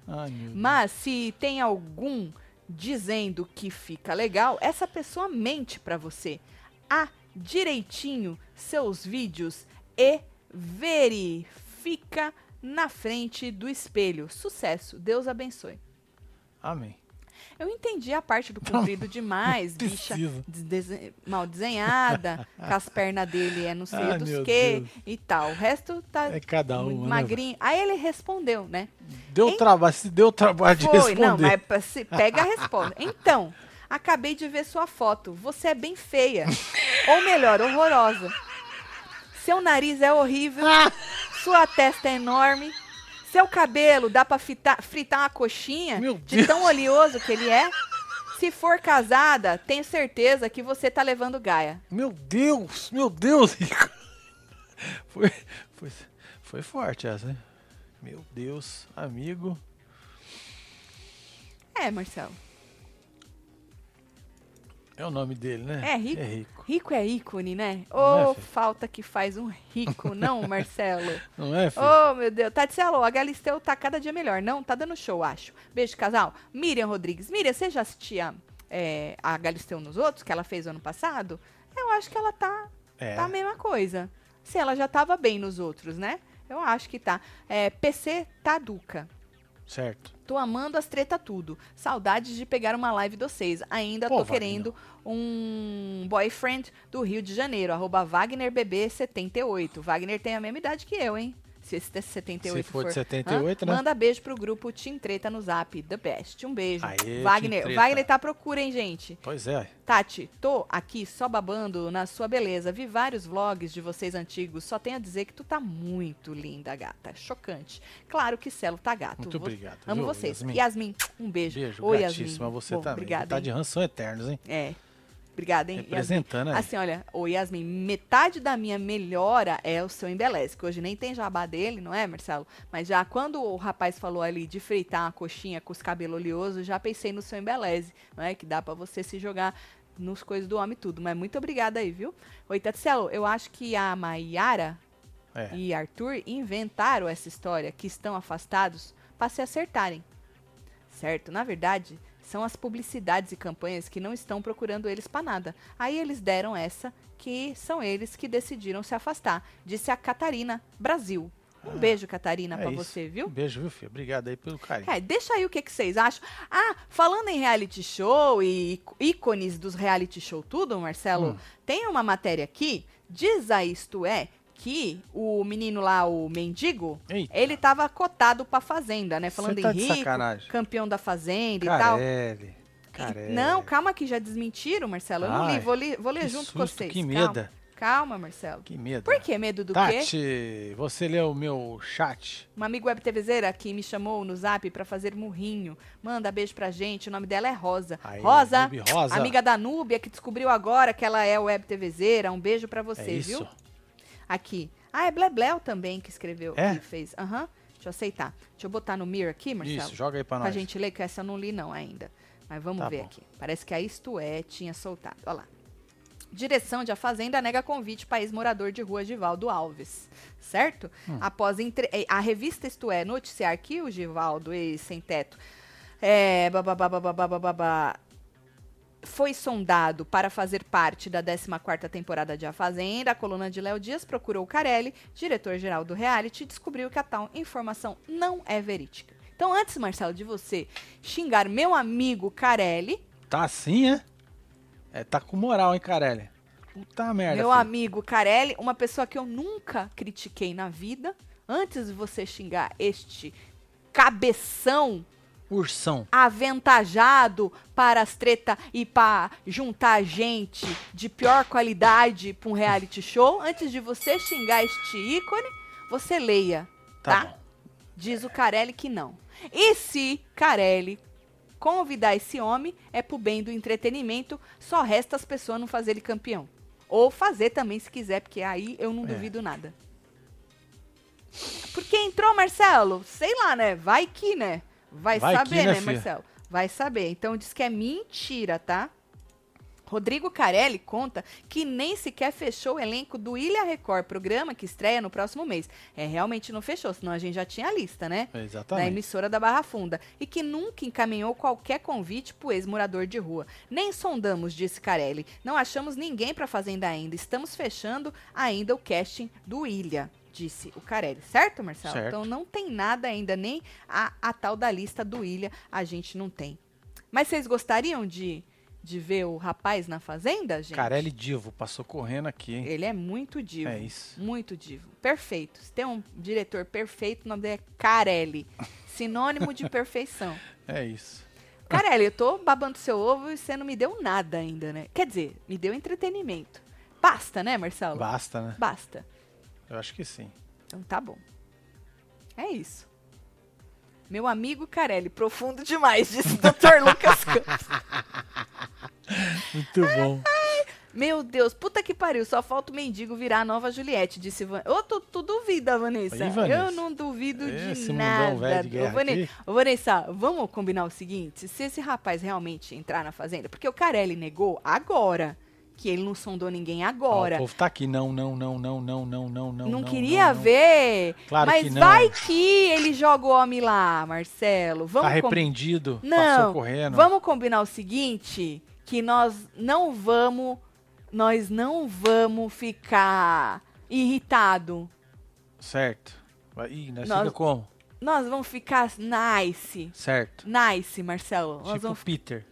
Speaker 2: Ai, meu Deus.
Speaker 1: Mas se tem algum dizendo que fica legal, essa pessoa mente pra você. Há direitinho seus vídeos e verifica na frente do espelho. Sucesso. Deus abençoe.
Speaker 2: Amém.
Speaker 1: Eu entendi a parte do comprido demais, bicha
Speaker 2: Precisa.
Speaker 1: desdese- mal desenhada, com as pernas dele é não sei
Speaker 2: Ai,
Speaker 1: dos
Speaker 2: meu
Speaker 1: que
Speaker 2: Deus.
Speaker 1: e tal. O resto tá
Speaker 2: É cada uma. né,
Speaker 1: magrinho. Aí ele respondeu, né?
Speaker 2: velho? Deu trabalho, se deu trabalho de
Speaker 1: Foi,
Speaker 2: responder.
Speaker 1: não, mas pa- se- pega a resposta. Então, acabei de ver sua foto. Você é bem feia. Ou melhor, horrorosa. Seu nariz é horrível. Sua testa é enorme. Seu cabelo dá pra fitar- fritar uma coxinha
Speaker 2: Meu
Speaker 1: de
Speaker 2: Deus.
Speaker 1: tão oleoso que ele é. Se for casada, tenho certeza que você tá levando Gaia.
Speaker 2: Meu Deus, meu Deus, Rico. Foi, foi, foi forte essa, hein? Meu Deus, amigo.
Speaker 1: É, Marcelo.
Speaker 2: É o nome dele, né?
Speaker 1: É rico.
Speaker 2: É rico.
Speaker 1: Rico é ícone, né? Ô,
Speaker 2: Não é, filho?
Speaker 1: falta que faz um rico, não, Marcelo?
Speaker 2: Não é, filho?
Speaker 1: Ô, Oh, meu Deus. Tati Alô, a Galisteu tá cada dia melhor. Não, tá dando show, acho. Beijo, casal. Miriam Rodrigues. Miriam, você já assistia é, a Galisteu nos outros, que ela fez ano passado? Eu acho que ela tá,
Speaker 2: é.
Speaker 1: tá a mesma coisa. Se ela já tava bem nos outros, né? Eu acho que tá. É, PC Taduca.
Speaker 2: Certo.
Speaker 1: Tô amando as treta tudo. Saudades de pegar uma live de vocês. Ainda
Speaker 2: Pô,
Speaker 1: tô
Speaker 2: Wagner.
Speaker 1: querendo um boyfriend do Rio de Janeiro, arroba WagnerBB78. Wagner tem a mesma idade que eu, hein? Se esse é de 78
Speaker 2: Se for de 78, né?
Speaker 1: Manda beijo pro grupo Team Treta no Zap. The best. Um beijo.
Speaker 2: Aê, Team
Speaker 1: Wagner,
Speaker 2: Treta.
Speaker 1: Wagner tá à procura, hein, gente?
Speaker 2: Pois é.
Speaker 1: Tati, tô aqui só babando na sua beleza. Vi vários vlogs de vocês antigos. Só tenho a dizer que tu tá muito linda, gata. Chocante. Claro que Celo tá gato.
Speaker 2: Muito
Speaker 1: Vo-
Speaker 2: obrigado,
Speaker 1: Amo
Speaker 2: viu,
Speaker 1: vocês.
Speaker 2: Yasmin?
Speaker 1: Yasmin. um beijo.
Speaker 2: Beijo,
Speaker 1: Oi,
Speaker 2: gratíssimo
Speaker 1: Yasmin.
Speaker 2: a você
Speaker 1: Bom,
Speaker 2: também.
Speaker 1: Obrigada,
Speaker 2: Tá
Speaker 1: hein?
Speaker 2: de ranção eternos, hein?
Speaker 1: É. Obrigada, hein? Yasmin.
Speaker 2: Representando, né?
Speaker 1: Assim, olha, ô Yasmin, metade da minha melhora é o seu embeleze, que hoje nem tem jabá dele, não é, Marcelo? Mas já quando o rapaz falou ali de fritar uma coxinha com os cabelos oleosos, já pensei no seu embeleze, não é? Que dá pra você se jogar nos coisas do homem e tudo. Mas muito obrigada aí, viu? Oi, Tatselo, eu acho que a Maiara
Speaker 2: É.
Speaker 1: e Arthur inventaram essa história que estão afastados para se acertarem. Certo? Na verdade, são as publicidades e campanhas que não estão procurando eles para nada. Aí eles deram essa que são eles que decidiram se afastar, disse a Catarina Brasil. Um
Speaker 2: Ah,
Speaker 1: beijo, Catarina,
Speaker 2: É
Speaker 1: pra para
Speaker 2: isso.
Speaker 1: você, viu?
Speaker 2: Um beijo, viu, filho? Obrigado aí pelo carinho.
Speaker 1: É, deixa aí o que, que vocês acham. Ah, falando em reality show e íco- ícones dos reality show tudo, Marcelo,
Speaker 2: Hum.
Speaker 1: tem uma matéria aqui, diz a isto é, que o menino lá, o mendigo,
Speaker 2: Eita.
Speaker 1: É, ele tava cotado pra Fazenda, né? Falando
Speaker 2: Você tá
Speaker 1: em
Speaker 2: de
Speaker 1: rico,
Speaker 2: sacanagem. é,
Speaker 1: campeão da Fazenda e
Speaker 2: Carelli.
Speaker 1: tal.
Speaker 2: Carelli.
Speaker 1: E- Não, calma que já desmentiram, Marcelo. Eu não
Speaker 2: é. Ai,
Speaker 1: li, vou, li- vou ler
Speaker 2: que
Speaker 1: junto
Speaker 2: susto,
Speaker 1: com vocês.
Speaker 2: Que
Speaker 1: Calma,
Speaker 2: medo.
Speaker 1: Calma, Marcelo.
Speaker 2: Que medo. né? Tá,
Speaker 1: Por que medo do quê?
Speaker 2: Tati, você leu o meu chat?
Speaker 1: Uma amiga web TVzeira que me chamou no zap pra fazer murrinho. Manda beijo pra gente. O nome dela é Rosa.
Speaker 2: Aê,
Speaker 1: Rosa,
Speaker 2: Ruby Rosa. É
Speaker 1: amiga da Núbia, que descobriu agora que ela é web TVzeira. Um beijo pra você,
Speaker 2: é isso.
Speaker 1: viu? Aqui. Ah, é Blebleu também que escreveu,
Speaker 2: É?
Speaker 1: que fez. Aham. Deixa eu aceitar. Deixa eu botar no mirror aqui, Marcelo.
Speaker 2: Isso, joga aí pra
Speaker 1: pra
Speaker 2: nós.
Speaker 1: gente ler, que essa eu não li não ainda. Mas vamos
Speaker 2: Tá
Speaker 1: ver
Speaker 2: bom.
Speaker 1: aqui. Parece que a Isto É tinha soltado. Olha lá. Direção de A Fazenda nega convite país morador de rua Givaldo Alves, certo?
Speaker 2: Hum.
Speaker 1: Após entre- eh, a revista Isto É noticiar que o Givaldo, ex-sem teto, é, bababá, bababá, bababá, foi sondado para fazer parte da 14ª temporada de A Fazenda, a coluna de Léo Dias procurou Carelli, diretor-geral do reality, e descobriu que a tal informação não é verídica. Então, antes, Marcelo, de você xingar meu amigo Carelli,
Speaker 2: Tá assim, é? É, tá com moral, hein, Carelli? Puta merda.
Speaker 1: meu
Speaker 2: filho.
Speaker 1: amigo Carelli, uma pessoa que eu nunca critiquei na vida, antes de você xingar este cabeção
Speaker 2: Ursão.
Speaker 1: aventajado para as treta e para juntar gente de pior qualidade para um reality show, antes de você xingar este ícone, você leia,
Speaker 2: Tá,
Speaker 1: tá?
Speaker 2: bom.
Speaker 1: Diz o Carelli que não. E se Carelli convidar esse homem é pro bem do entretenimento, só resta as pessoas não fazer ele campeão. Ou fazer também se quiser, porque aí eu não
Speaker 2: É.
Speaker 1: duvido nada. Porque entrou, Marcelo, sei lá, né? Vai que, né? Vai,
Speaker 2: Vai que,
Speaker 1: saber,
Speaker 2: né,
Speaker 1: né,
Speaker 2: filha?
Speaker 1: Marcelo? Vai saber. Então diz que é mentira, tá? Rodrigo Carelli conta que nem sequer fechou o elenco do Ilha Record, programa que estreia no próximo mês. É, realmente não fechou, senão a gente já tinha a lista, né? da
Speaker 2: Exatamente.
Speaker 1: emissora da Barra Funda e que nunca encaminhou qualquer convite pro ex-morador de rua. Nem sondamos, disse Carelli. Não achamos ninguém pra fazenda ainda. Estamos fechando ainda o casting do Ilha. Disse o Carelli, certo, Marcelo?
Speaker 2: Certo.
Speaker 1: Então não tem nada ainda, nem a, a tal da lista do Ilha a gente não tem. Mas vocês gostariam de, de ver o rapaz na fazenda, gente?
Speaker 2: Carelli Divo, passou correndo aqui, hein?
Speaker 1: Ele é muito divo.
Speaker 2: É isso.
Speaker 1: Muito divo. Perfeito. Se tem um diretor perfeito, o nome dele é Carelli. Sinônimo de perfeição.
Speaker 2: É isso.
Speaker 1: Carelli, eu tô babando seu ovo e você não me deu nada ainda, né? Quer dizer, me deu entretenimento. Basta, né, Marcelo?
Speaker 2: Basta, né?
Speaker 1: Basta.
Speaker 2: Eu acho que sim.
Speaker 1: Então tá bom. É isso. Meu amigo Carelli, profundo demais, disse o Dr. Lucas Campos.
Speaker 2: Muito
Speaker 1: Ah,
Speaker 2: bom.
Speaker 1: Meu Deus, puta que pariu, só falta o mendigo virar a nova Juliette, disse Van... Ô, tu, tu duvida, Vanessa.
Speaker 2: Aí, Vanessa. É,
Speaker 1: Eu não duvido
Speaker 2: Esse
Speaker 1: de
Speaker 2: mundão velho
Speaker 1: nada.
Speaker 2: de
Speaker 1: Ô,
Speaker 2: guerra
Speaker 1: Vane-
Speaker 2: aqui.
Speaker 1: Ô, Vanessa, vamos combinar o seguinte? Se esse rapaz realmente entrar na fazenda, porque o Carelli negou agora, que ele não sondou ninguém
Speaker 2: Ó,
Speaker 1: agora.
Speaker 2: o povo tá aqui. Não, não, não, não, não, não, não, não.
Speaker 1: não, queria ver.
Speaker 2: Claro
Speaker 1: mas
Speaker 2: que não.
Speaker 1: vai que ele joga o homem lá, Marcelo.
Speaker 2: Tá
Speaker 1: Vamos combinar.
Speaker 2: repreendido.
Speaker 1: Não,
Speaker 2: Passou correndo.
Speaker 1: Vamos combinar o seguinte, que nós não vamos, nós não vamos ficar irritado.
Speaker 2: Certo. Vai- Ih, nós
Speaker 1: Nós-
Speaker 2: fica como?
Speaker 1: Nós vamos ficar nice,
Speaker 2: Certo.
Speaker 1: nice, Marcelo. Nós
Speaker 2: tipo
Speaker 1: vamos
Speaker 2: Peter.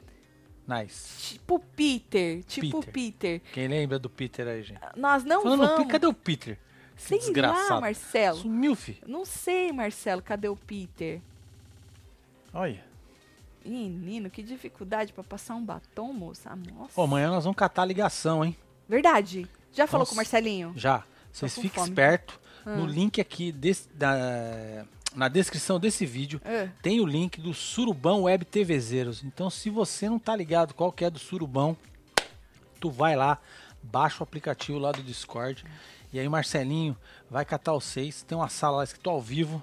Speaker 2: Nice.
Speaker 1: tipo Peter, tipo Peter.
Speaker 2: Quem lembra do Peter aí, gente?
Speaker 1: Nós não
Speaker 2: Falando no
Speaker 1: vamos. É
Speaker 2: Peter, cadê o Peter?
Speaker 1: Sei lá,
Speaker 2: desgraçado?
Speaker 1: Marcelo.
Speaker 2: Sumiu, fi.
Speaker 1: Não sei, Marcelo, cadê o Peter?
Speaker 2: Olha.
Speaker 1: Menino, que dificuldade pra passar um batom, moça. Ah, Nossa.
Speaker 2: Ó, amanhã nós vamos catar a ligação, hein?
Speaker 1: Verdade. Já falou
Speaker 2: Nossa.
Speaker 1: com o Marcelinho?
Speaker 2: Já. Vocês
Speaker 1: com
Speaker 2: fiquem
Speaker 1: fome. Ah.
Speaker 2: espertos. No link aqui desse- da- na descrição desse vídeo
Speaker 1: Ah.
Speaker 2: tem o link do Surubão Web TVzeiros. Então, se você não tá ligado qual que é do Surubão, tu vai lá, baixa o aplicativo lá do Discord. E aí o Marcelinho vai catar os seis. Tem uma sala lá escrito ao vivo.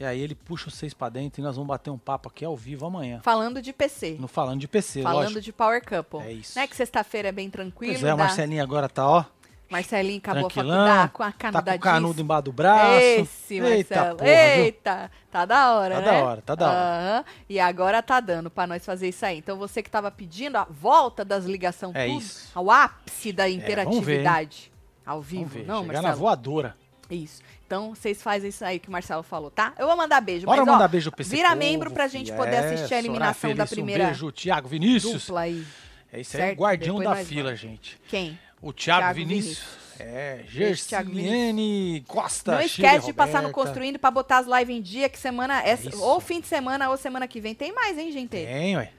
Speaker 2: E aí ele puxa os seis pra dentro e nós vamos bater um papo aqui ao vivo amanhã.
Speaker 1: Ah, Falando de PC.
Speaker 2: No Falando de PC,
Speaker 1: Falando
Speaker 2: É lógico.
Speaker 1: de Power Couple.
Speaker 2: É isso.
Speaker 1: Né, que sexta-feira é bem tranquilo.
Speaker 2: Pois é, o
Speaker 1: dá-
Speaker 2: Marcelinho agora tá, ó,
Speaker 1: Marcelinho acabou a
Speaker 2: tranquilão.
Speaker 1: faculdade com a
Speaker 2: tá
Speaker 1: canudadinha.
Speaker 2: com o canudo embaixo do braço.
Speaker 1: Esse,
Speaker 2: Eita,
Speaker 1: Marcelo.
Speaker 2: porra, viu?
Speaker 1: Eita, tá da hora,
Speaker 2: Tá
Speaker 1: né?
Speaker 2: da hora, tá da hora.
Speaker 1: Aham, E agora tá dando pra nós fazer isso aí. Então você que tava pedindo a volta das ligações
Speaker 2: É
Speaker 1: tudo,
Speaker 2: isso. É,
Speaker 1: ao ápice da
Speaker 2: vamos ver, hein?
Speaker 1: interatividade. ao vivo,
Speaker 2: Vamos ver,
Speaker 1: não,
Speaker 2: chegar na
Speaker 1: Marcelo?
Speaker 2: voadora.
Speaker 1: Isso. Então, vocês fazem isso aí que o Marcelo falou, tá? Eu vou mandar beijo.
Speaker 2: Bora
Speaker 1: mas, ó,
Speaker 2: mandar beijo pro PC
Speaker 1: Vira
Speaker 2: povo,
Speaker 1: membro pra gente
Speaker 2: filha.
Speaker 1: poder
Speaker 2: É,
Speaker 1: assistir a
Speaker 2: Soraya
Speaker 1: eliminação da
Speaker 2: Felício,
Speaker 1: primeira
Speaker 2: Um beijo, Thiago Vinícius.
Speaker 1: dupla aí.
Speaker 2: É isso aí,
Speaker 1: Certo?
Speaker 2: o guardião
Speaker 1: Depois
Speaker 2: da
Speaker 1: nós
Speaker 2: fila,
Speaker 1: vamos.
Speaker 2: gente.
Speaker 1: Quem?
Speaker 2: O Thiago,
Speaker 1: Thiago
Speaker 2: Vinícius. É,
Speaker 1: Thiago
Speaker 2: Gersiane Costa.
Speaker 1: não
Speaker 2: Shirley
Speaker 1: esquece de passar no
Speaker 2: Tá, Roberta. É
Speaker 1: Construindo pra botar as lives em dia, que semana. é Essa,
Speaker 2: Isso.
Speaker 1: ou fim de semana ou semana que vem. Tem mais, hein, gente? Tem,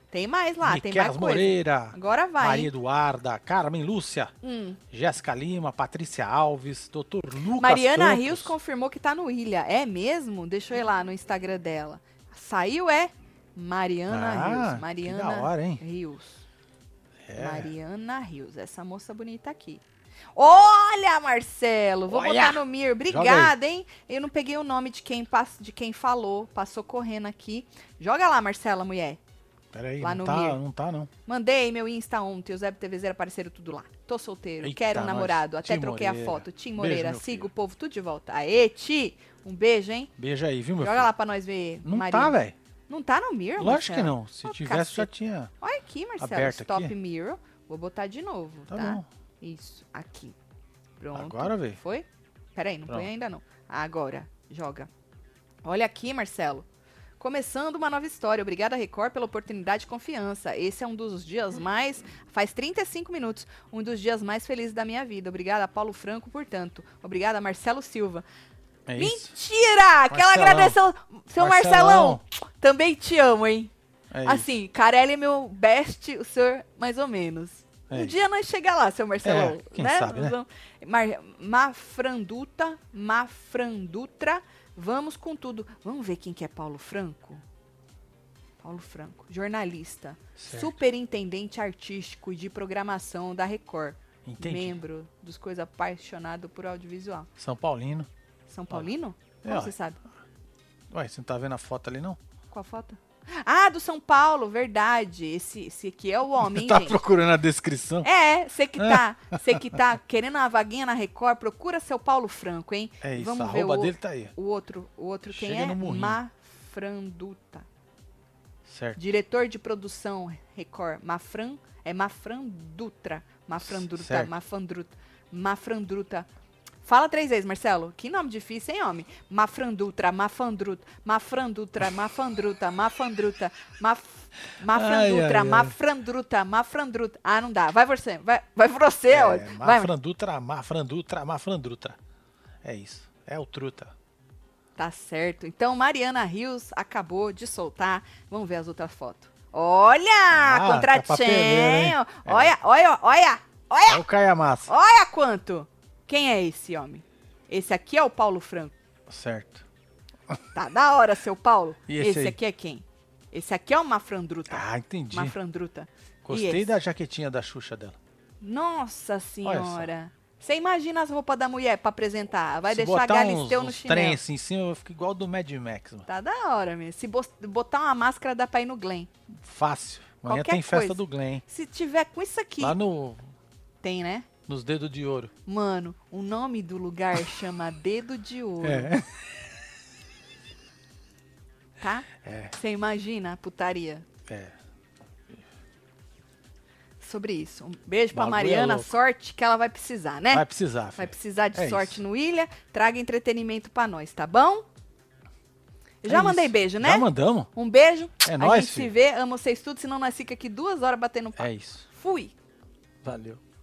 Speaker 2: Tem, ué.
Speaker 1: mais lá, tem
Speaker 2: Miquelas
Speaker 1: mais coisa.
Speaker 2: Moreira.
Speaker 1: Agora vai.
Speaker 2: Maria
Speaker 1: hein?
Speaker 2: Eduarda, Carmen Lúcia,
Speaker 1: Hum.
Speaker 2: Jéssica Lima, Patrícia Alves, Dr. Lucas
Speaker 1: Mariana
Speaker 2: Campos.
Speaker 1: Rios confirmou que tá no Ilha. É mesmo? Deixa eu ir lá no Instagram dela. Saiu, é? Mariana
Speaker 2: Ah,
Speaker 1: Rios.
Speaker 2: que
Speaker 1: Mariana
Speaker 2: da hora, hein?
Speaker 1: Rios.
Speaker 2: É.
Speaker 1: Mariana Rios, essa moça bonita aqui. Olha, Marcelo, vou
Speaker 2: Olha!
Speaker 1: botar no Mir.
Speaker 2: aí.
Speaker 1: Obrigada, hein? Eu não peguei o nome de quem pass- de quem falou, passou correndo aqui. Joga lá, Marcela, mulher.
Speaker 2: Peraí,
Speaker 1: lá no
Speaker 2: não, tá,
Speaker 1: Mir.
Speaker 2: não tá, não.
Speaker 1: Mandei meu Insta ontem, os Web TVZ apareceram tudo lá. Tô solteiro,
Speaker 2: Eita,
Speaker 1: quero um
Speaker 2: nós.
Speaker 1: namorado, até
Speaker 2: Tim
Speaker 1: troquei a
Speaker 2: Moreira.
Speaker 1: foto. Tim
Speaker 2: Beijo,
Speaker 1: Moreira,
Speaker 2: meu
Speaker 1: siga
Speaker 2: filho.
Speaker 1: o povo tudo de volta. Aê, Ti, um beijo, hein?
Speaker 2: Beijo aí, viu, meu
Speaker 1: Joga
Speaker 2: filho?
Speaker 1: lá pra nós ver,
Speaker 2: Não
Speaker 1: Maria.
Speaker 2: tá, velho.
Speaker 1: Não tá no Mir,
Speaker 2: Lógico
Speaker 1: Marcelo?
Speaker 2: que não. Se
Speaker 1: Ô,
Speaker 2: tivesse, já
Speaker 1: cacete.
Speaker 2: tinha.
Speaker 1: Olha aqui, Marcelo,
Speaker 2: Aberto
Speaker 1: Stop
Speaker 2: aqui?
Speaker 1: Mirror. Vou botar de novo,
Speaker 2: Tá,
Speaker 1: tá?
Speaker 2: bom.
Speaker 1: Isso, aqui. Pronto.
Speaker 2: Agora, velho.
Speaker 1: Foi? Peraí, não põe
Speaker 2: Pronto.
Speaker 1: ainda não. Agora, joga. Olha aqui, Marcelo. Começando uma nova história. Obrigada, Record, pela oportunidade e confiança. Esse é um dos dias mais. Faz 35 minutos. Um dos dias mais felizes da minha vida. Obrigada, Paulo Franco, por tanto. Obrigada, Marcelo Silva.
Speaker 2: É isso.
Speaker 1: Mentira! Aquela
Speaker 2: Marcelão.
Speaker 1: agradeceu. Seu Marcelão.
Speaker 2: Marcelão.
Speaker 1: também te amo, hein?
Speaker 2: É isso.
Speaker 1: assim, Carelli é meu best, o senhor mais ou menos.
Speaker 2: É
Speaker 1: um
Speaker 2: isso.
Speaker 1: dia nós chega lá, seu Marcelão.
Speaker 2: É, quem
Speaker 1: né?
Speaker 2: sabe,
Speaker 1: Nós
Speaker 2: né?
Speaker 1: vamos- Mar- Mafranduta, Mafrandutra, vamos com tudo. Vamos ver quem que é Paulo Franco? Paulo Franco, jornalista,
Speaker 2: Certo.
Speaker 1: superintendente artístico e de programação da Record.
Speaker 2: Entendi.
Speaker 1: Membro dos Coisa Apaixonado por Audiovisual.
Speaker 2: São Paulino.
Speaker 1: São Paulino? Como
Speaker 2: É, ó.
Speaker 1: você sabe?
Speaker 2: Ué, você não tá vendo a foto ali, não?
Speaker 1: Qual a foto? Ah, do São Paulo, verdade. Esse, esse aqui é o homem, hein,
Speaker 2: tá
Speaker 1: gente.
Speaker 2: procurando a descrição?
Speaker 1: É, você que tá, você que tá querendo uma vaguinha na Record, procura seu Paulo Franco, hein?
Speaker 2: É, isso,
Speaker 1: Vamos
Speaker 2: a
Speaker 1: ver
Speaker 2: roupa
Speaker 1: o,
Speaker 2: dele tá aí.
Speaker 1: o outro, o outro quem
Speaker 2: Chega
Speaker 1: é?
Speaker 2: no murrinho.
Speaker 1: Mafranduta.
Speaker 2: Certo.
Speaker 1: Diretor de produção Record, Mafran, é Mafran Dutra. Mafran
Speaker 2: C-
Speaker 1: Dutra, tá?
Speaker 2: certo.
Speaker 1: Mafran Dutra, Mafran Dutra. Fala três vezes, Marcelo. Que nome difícil, hein, homem? Mafran Dutra, Mafran Dutra, Mafran Dutra, Mafran Dutra, Mafran Dutra, Maf- Mafran
Speaker 2: Ai, ai,
Speaker 1: Dutra,
Speaker 2: ai.
Speaker 1: Mafran Dutra, Mafran Dutra. Ah, não dá. Vai você, vai, vai você, ó.
Speaker 2: É,
Speaker 1: Vai,
Speaker 2: Mafrandutra, Mafrandutra, Mafrandutra. É isso. É o truta.
Speaker 1: Tá certo. Então, Mariana Rios acabou de soltar. Vamos ver as outras fotos. Olha!
Speaker 2: Ah,
Speaker 1: contratinho!
Speaker 2: tá papeleiro, hein?
Speaker 1: olha, olha, olha! Olha!
Speaker 2: É o Caiamassa.
Speaker 1: Olha quanto! Quem é esse homem? Esse aqui é o Paulo Franco.
Speaker 2: Certo.
Speaker 1: Tá da hora, seu Paulo.
Speaker 2: E esse aí?
Speaker 1: aqui é quem? Esse aqui é o Mafrandruta.
Speaker 2: Ah, entendi.
Speaker 1: Mafrandruta. E
Speaker 2: Gostei
Speaker 1: esse?
Speaker 2: da jaquetinha da Xuxa dela.
Speaker 1: Nossa senhora! Você imagina as roupas da mulher pra apresentar. Vai
Speaker 2: Se
Speaker 1: deixar
Speaker 2: botar
Speaker 1: Galisteu
Speaker 2: uns,
Speaker 1: no
Speaker 2: uns
Speaker 1: chinelo.
Speaker 2: trem assim em cima, fica igual do Mad Max, mano.
Speaker 1: Tá da hora, mesmo. Se bos- botar uma máscara, dá pra ir no Glen.
Speaker 2: Fácil. Amanhã
Speaker 1: Qualquer
Speaker 2: tem festa
Speaker 1: coisa.
Speaker 2: do Glenn. hein?
Speaker 1: Se tiver com isso aqui,
Speaker 2: Lá no,
Speaker 1: tem, né?
Speaker 2: nos dedos de ouro.
Speaker 1: Mano, o nome do lugar chama Dedo de Ouro,
Speaker 2: É.
Speaker 1: tá?
Speaker 2: É.
Speaker 1: Você imagina a putaria
Speaker 2: É.
Speaker 1: sobre isso. Um beijo pra
Speaker 2: Bagulho é
Speaker 1: Mariana,
Speaker 2: louco.
Speaker 1: sorte que ela vai precisar, né?
Speaker 2: Vai
Speaker 1: Vai,
Speaker 2: precisar. filho.
Speaker 1: precisar de
Speaker 2: É
Speaker 1: sorte
Speaker 2: isso.
Speaker 1: no Ilha. Traga entretenimento pra nós, tá bom? Eu
Speaker 2: É
Speaker 1: já
Speaker 2: isso.
Speaker 1: mandei beijo, né?
Speaker 2: Já mandamos.
Speaker 1: Um beijo.
Speaker 2: É
Speaker 1: a
Speaker 2: nóis,
Speaker 1: gente se
Speaker 2: filho.
Speaker 1: vê. Amo vocês tudo, senão nós fica aqui duas horas batendo papo.
Speaker 2: É isso.
Speaker 1: Fui.
Speaker 2: É Valeu.